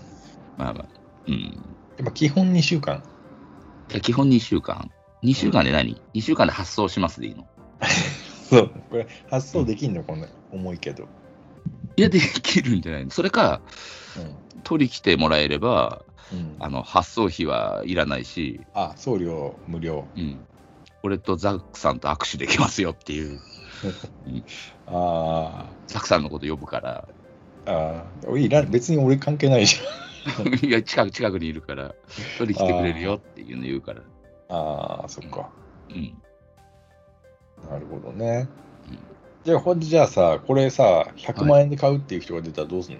Speaker 3: まあまあ。うん。
Speaker 4: っぱ基本2週間
Speaker 3: じゃあ基本2週間。2週間で何、?2 週間で発送しますでいいの
Speaker 4: そうこれ発送できんのこんな重いけど
Speaker 3: いや、できるんじゃないのそれか、取り来てもらえれば、
Speaker 4: うん、うん、
Speaker 3: あの、発送費はいらないし、
Speaker 4: あ送料無料
Speaker 3: うん。俺とザックさんと握手できますよっていう、
Speaker 4: あ
Speaker 3: ザックさんのこと呼ぶ から、
Speaker 4: ーあーいら別に俺関係ないじ
Speaker 3: いや、近く、近くにいるから、取り来てくれるよっていうの言うから、
Speaker 4: ゃんああそっか
Speaker 3: うん。
Speaker 4: なるほどね
Speaker 3: うん
Speaker 4: じゃあほんでじゃあさこれさ100万円で買うっていう人が出たらどうすんの、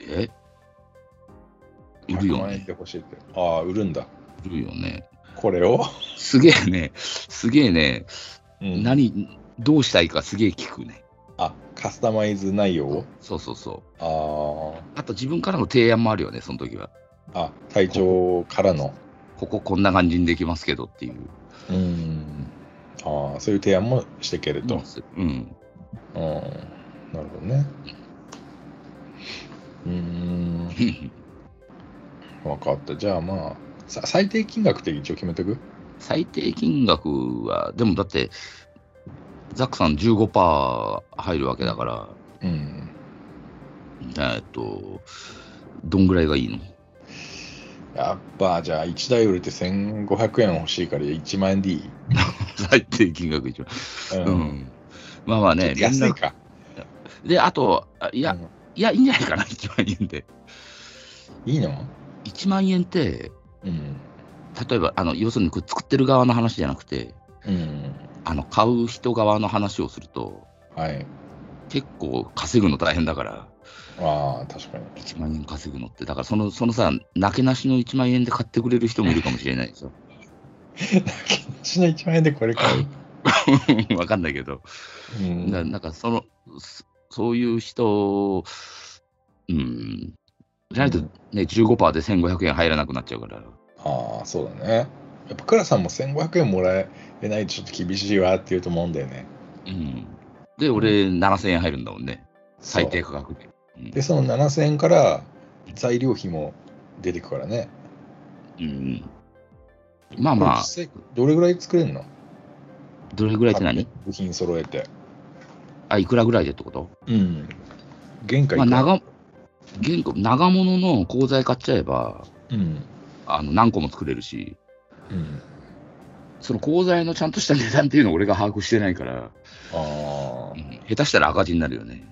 Speaker 3: え売る
Speaker 4: 100
Speaker 3: よ
Speaker 4: 万円
Speaker 3: ね。
Speaker 4: で欲しいってああ売るんだ
Speaker 3: 売るよね。
Speaker 4: これを、
Speaker 3: すげえね、すげえね、
Speaker 4: うん
Speaker 3: 何、どうしたいかすげえ聞くね。
Speaker 4: あカスタマイズ内容を
Speaker 3: そうそうそう。
Speaker 4: あ
Speaker 3: あと自分からの提案もあるよね、その時は。
Speaker 4: ーあ体調からの
Speaker 3: こここんな感じにできますけどっていう。
Speaker 4: うんああそういう提案もしていけると、うん
Speaker 3: うん。
Speaker 4: なるほどねうーん分かったじゃあまあさ最低金額って一応決めてく
Speaker 3: 最低金額は、でもだって、ザックさん15%入るわけだから、
Speaker 4: うん
Speaker 3: えっと、どんぐらいがいいの
Speaker 4: やっぱじゃあ1台売れて1500円欲しいから1万円でいい、
Speaker 3: 最低金額一番。
Speaker 4: うん
Speaker 3: うん。まあまあ
Speaker 4: ちょ
Speaker 3: ね
Speaker 4: っ、と
Speaker 3: 連
Speaker 4: 安い
Speaker 3: 絡
Speaker 4: か
Speaker 3: で、あと、あい
Speaker 4: い
Speaker 3: や、いや、いいんじゃないかな、1万円で。
Speaker 4: いいの
Speaker 3: 1万円って、
Speaker 4: うん
Speaker 3: 例えば、あの要するにこれ作ってる側の話じゃなくて、
Speaker 4: うん
Speaker 3: あの買う人側の話をすると、
Speaker 4: はい
Speaker 3: 結構稼ぐの大変だから、
Speaker 4: ああ確かに
Speaker 3: 1万円稼ぐのって、だからそのそのさ、なけなしの1万円で買ってくれる人もいるかもしれないですよ。
Speaker 4: 私の1万円でこれ買う、
Speaker 3: わかんないけど、
Speaker 4: うん
Speaker 3: ななんかその、そそういう人、うん、じゃないとね、15%で1500円入らなくなっちゃうから、
Speaker 4: ああ、そうだね。やっぱ、倉さんも1500円もらえないとちょっと厳しいわって言うと思うんだよね。
Speaker 3: うん。で、俺、7000円入るんだもんね、
Speaker 4: そう
Speaker 3: 最低価格で。うん
Speaker 4: で、その7000円から材料費も出てくからね。
Speaker 3: うん。まあまあ
Speaker 4: こ、れ実際どれぐらい作れるの
Speaker 3: どれぐらいって何
Speaker 4: 部品揃えて。
Speaker 3: あ、いくらぐらいでってこと
Speaker 4: うん。原価い
Speaker 3: まあ、
Speaker 4: くら
Speaker 3: 長、原価、長物の鋼材買っちゃえば、
Speaker 4: うん。
Speaker 3: あの、何個も作れるし、
Speaker 4: うん。
Speaker 3: その鋼材のちゃんとした値段っていうのを俺が把握してないから、
Speaker 4: あ
Speaker 3: うん下手したら赤字になるよね。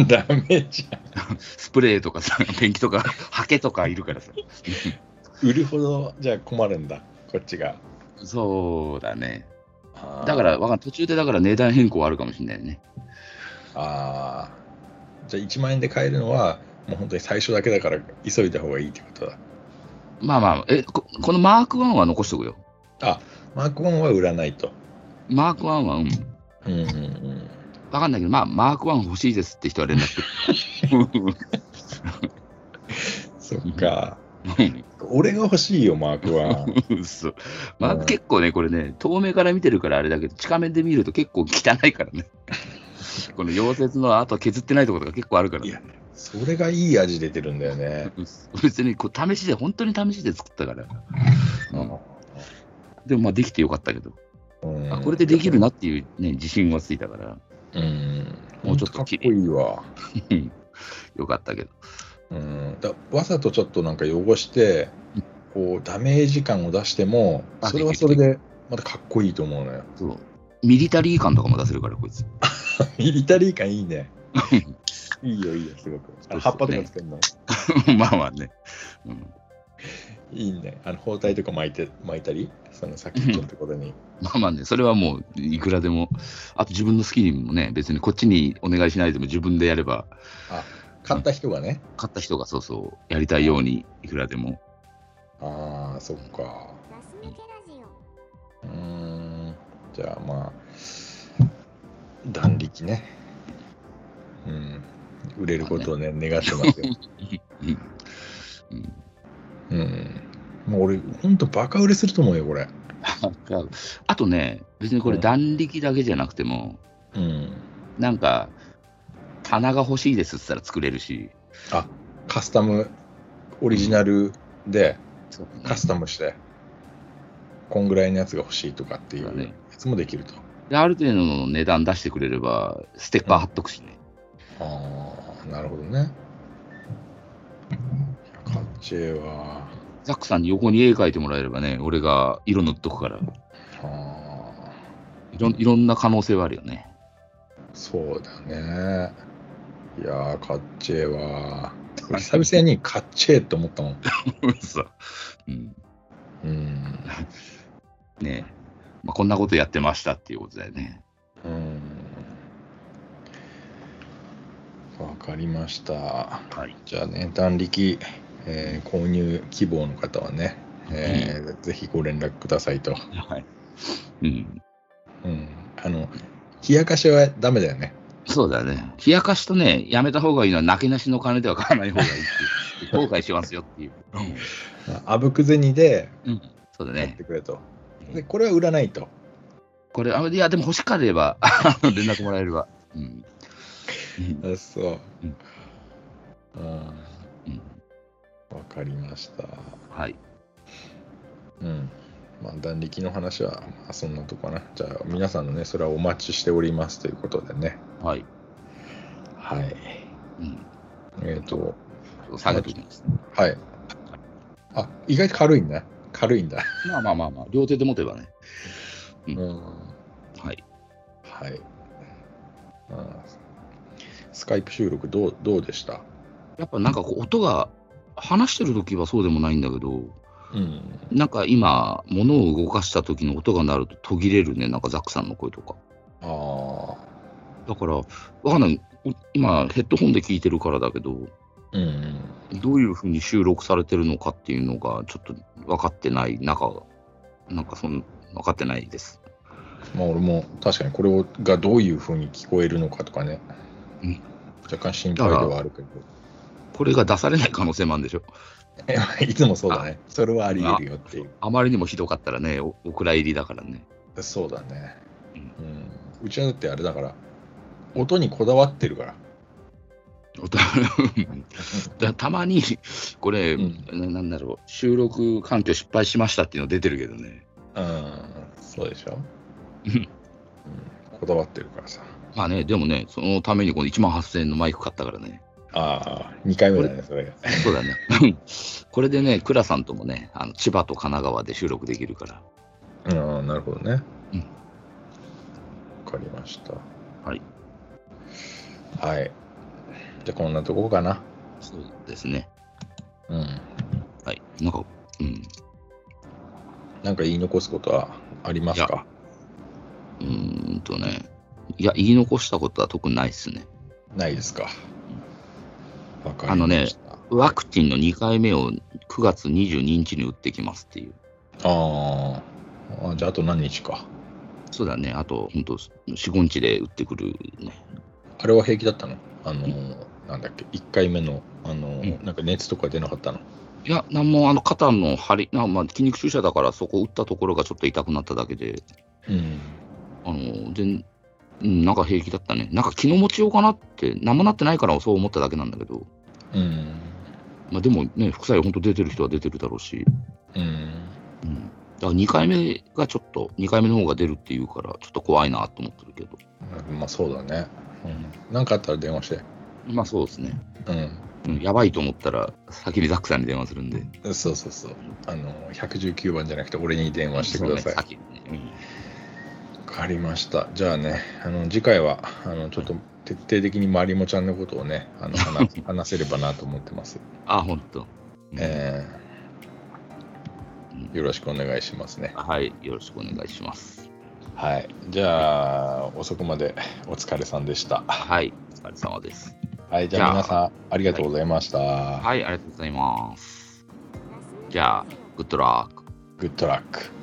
Speaker 4: あ、 ダメじゃ
Speaker 3: スプレーとかさ、 ペンキとか、ハケとかいるからさ。
Speaker 4: ん。売るほど、じゃあ困るんだ、こっちが。
Speaker 3: そうだね。
Speaker 4: あー
Speaker 3: だから、わかん途中でだから値段変更あるかもしれないよね。
Speaker 4: ああ。じゃあ1万円で買えるのは、もう本当に最初だけだから、急いだ方がいいってことだ。
Speaker 3: まあまあ、え、ここのマーク1は残しとくよ。
Speaker 4: マーク1は売らないと。
Speaker 3: マーク1は、うん。
Speaker 4: うんうんうん
Speaker 3: わかんないけど、まあ、マーク1欲しいですって人は連絡く る。
Speaker 4: そっか。俺が欲しいよ、マークは。
Speaker 3: 嘘マーク結構ね、これね、遠目から見てるからあれだけど、近目で見ると結構汚いから ね。この溶接の跡削ってないところが結構あるから
Speaker 4: い
Speaker 3: ね
Speaker 4: や。それがいい味出てるんだよね。
Speaker 3: 嘘別にこう試しで、本当に試しで作ったから。うんでもまあできてよかったけど、
Speaker 4: うん
Speaker 3: あこれでできる。なっていう、ね、自信がついたから、
Speaker 4: うん。
Speaker 3: もうちょっと
Speaker 4: かっ
Speaker 3: 綺
Speaker 4: こ
Speaker 3: 麗
Speaker 4: いいわ。
Speaker 3: よかったけど。
Speaker 4: うん、だわざとちょっとなんか汚して、こうダメージ感を出しても、
Speaker 3: あ
Speaker 4: それはそれでまたかっこいいと思うのよ。
Speaker 3: そうミリタリー感とかも出せるから、こいつ。
Speaker 4: ミリタリー感いいね。いいよ、いいよ、すごく。あ
Speaker 3: そうそう
Speaker 4: 葉っぱとかつけるの、
Speaker 3: まあまあね。うん、
Speaker 4: いいね。あの包帯とか巻いて巻いたり、その先っちょのところに。
Speaker 3: まあまあね、それはもういくらでも、あと自分の好きにもね、別にこっちにお願いしないでも自分でやれば、
Speaker 4: 買った人がね。
Speaker 3: 買った人がそうそう、やりたいようにいくらでも。
Speaker 4: ああ、そっ
Speaker 2: ガ
Speaker 4: か。
Speaker 2: ス抜けラジオ
Speaker 4: うーん。じゃあまあ、断力ね。うん。売れることをね、願ってます よ。
Speaker 3: うんうん
Speaker 4: うん。もう俺、ほんとバカ売れすると思うよ、これ。
Speaker 3: あとね、別にこれ断力だけじゃなくても、
Speaker 4: うん。
Speaker 3: なんか、棚が欲しいですって言ったら作れるし、
Speaker 4: あ、カスタム、オリジナルでカスタムして、こんぐらいのやつが欲しいとかっていうやつもできると。
Speaker 3: である程度の値段出してくれれば、ステッカー貼っとくしね。
Speaker 4: ああ、なるほどね。いやカッチェは、
Speaker 3: ザックさんに横に絵描いてもらえればね、俺が色塗っとくから、
Speaker 4: あ
Speaker 3: いろんいろんな可能性はあるよね。
Speaker 4: ーそうだね。いやー、カッチェは、俺 久々にカッチェって思ったもん。
Speaker 3: そううん、
Speaker 4: うん。
Speaker 3: ねえまあ、こんなことやってましたっていうことだよね。
Speaker 4: うん。わかりました。
Speaker 3: はい。
Speaker 4: じゃあね、断力、えー購入希望の方はね、えーぜひご連絡くださいと。
Speaker 3: はい。うん。
Speaker 4: うん。あの、冷やかしはダメだよね。
Speaker 3: そうだね。冷やかしとね、やめた方がいいのは、なけなしの金では買わない方がいいっていう、後悔しますよっていう。
Speaker 4: あぶく銭で
Speaker 3: うん。そうだ
Speaker 4: 買っ
Speaker 3: ね
Speaker 4: て。くれと。で、これは売らないと。
Speaker 3: これ、あいや、でも欲しかれれば、 あの連絡もらえれば。うん。うん
Speaker 4: あそう。
Speaker 3: うん
Speaker 4: うん。わ、
Speaker 3: うん
Speaker 4: かりました。
Speaker 3: はい。
Speaker 4: うん。まあ、断力の話は、まあ、そんなとこかな。じゃあ、皆さんのね、それはお待ちしておりますということでね。
Speaker 3: はい。
Speaker 4: はい。
Speaker 3: うん。
Speaker 4: えっ、と、
Speaker 3: 下げておきます。
Speaker 4: はい。あ、意外と軽いんだ。軽いんだ。
Speaker 3: まあまあまあまあ、両手で持てばね。うん
Speaker 4: うん。
Speaker 3: はい。
Speaker 4: はい。うんスカイプ収録どうどうでした
Speaker 3: やっぱなんかこう音が、話してる時はそうでもないんだけど、
Speaker 4: うん。
Speaker 3: なんか今、物を動かした時の音が鳴ると途切れるね、なんかザックさんの声とか。
Speaker 4: ああ。
Speaker 3: だから、わかんない。お今、ヘッドホンで聞いてるからだけど、
Speaker 4: うんうん。
Speaker 3: どういうふうに収録されてるのかっていうのが、ちょっと分かってない中、なんかそん分かってないです。
Speaker 4: まあ、俺も確かにこれをがどういうふうに聞こえるのかとかね、
Speaker 3: うん
Speaker 4: 若干心配ではあるけど、
Speaker 3: これが出されない可能性もあるんでしょ。
Speaker 4: いつもそうだね、それはあり得るよってい
Speaker 3: あまりにもひどかったらね、おお蔵入りだからね。
Speaker 4: う、そうだね、
Speaker 3: う
Speaker 4: うん、うちはだってあれだから、音にこだわってるから、
Speaker 3: おただたまに、これ、
Speaker 4: うん
Speaker 3: ななんだろう、収録環境失敗しましたっていうの出てるけどね。
Speaker 4: うん、そうでしょ、
Speaker 3: うん
Speaker 4: うんこだわってるからさ、
Speaker 3: まあね、でもね、そのためにこの1万8000円のマイク買ったからね。
Speaker 4: ああ、2回目だね、それが。
Speaker 3: そうだね。これでね、倉さんともね、あの千葉と神奈川で収録できるから。
Speaker 4: うん、なるほどね。
Speaker 3: うん
Speaker 4: わかりました。
Speaker 3: はい。
Speaker 4: はい。じゃあ、こんなとこかな。
Speaker 3: そうですね。
Speaker 4: うん。
Speaker 3: はい。なんか、うん。
Speaker 4: なんか言い残すことはありますか
Speaker 3: うーんとね。いや、言い残したことは特にないですね。
Speaker 4: ないですか。わか
Speaker 3: あ
Speaker 4: り
Speaker 3: の
Speaker 4: ま
Speaker 3: ね
Speaker 4: した。
Speaker 3: ワクチンの2回目を9月22日に打ってきますっていう。
Speaker 4: あーあ、じゃああと何日か。
Speaker 3: そうだね。あと、本当4、5日で打ってくるね。
Speaker 4: あれは平気だったのあのー、なんだっけ、1回目の、あのー、
Speaker 3: う
Speaker 4: なんか熱とか出なかったの。
Speaker 3: いや、なんも、あの、肩の張り、なまあ、筋肉注射だから、そこ打ったところがちょっと痛くなっただけで、
Speaker 4: うん。
Speaker 3: あの、全、うん、なんか平気だったね。なんか気の持ちようかなって、何もなってないからそう思っただけなんだけど、
Speaker 4: うん。
Speaker 3: まあでもね、副作用本当出てる人は出てるだろうし、
Speaker 4: うん。
Speaker 3: うん。だから2回目がちょっと、2回目の方が出るっていうから、ちょっと怖いなと思ってるけど。
Speaker 4: まあ、そうだね。うん。なんかあったら電話して。
Speaker 3: まあそうですね。
Speaker 4: うん。
Speaker 3: うん、やばいと思ったら、先にザックさんに電話するんで。
Speaker 4: そうそうそう。あの、119番じゃなくて、俺に電話してください。
Speaker 3: そうね先にね。
Speaker 4: わかりました。じゃあね、あの次回はあのちょっと徹底的にまりもちゃんのことをね、あの話話せればなと思ってます。
Speaker 3: あ、本当。うん
Speaker 4: え
Speaker 3: うん
Speaker 4: ーよろしくお願いしますね。
Speaker 3: はい、よろしくお願いします。
Speaker 4: はい。じゃあ、遅くまでお疲れさんでした。
Speaker 3: はい、お疲れ様です。
Speaker 4: はい。じゃあ、
Speaker 3: じゃあ
Speaker 4: 皆さん、ありがとうございました。
Speaker 3: はい、ありがとうございます。
Speaker 2: ガス抜けラジオ
Speaker 3: じゃあ、グッドラック。
Speaker 4: グッドラック。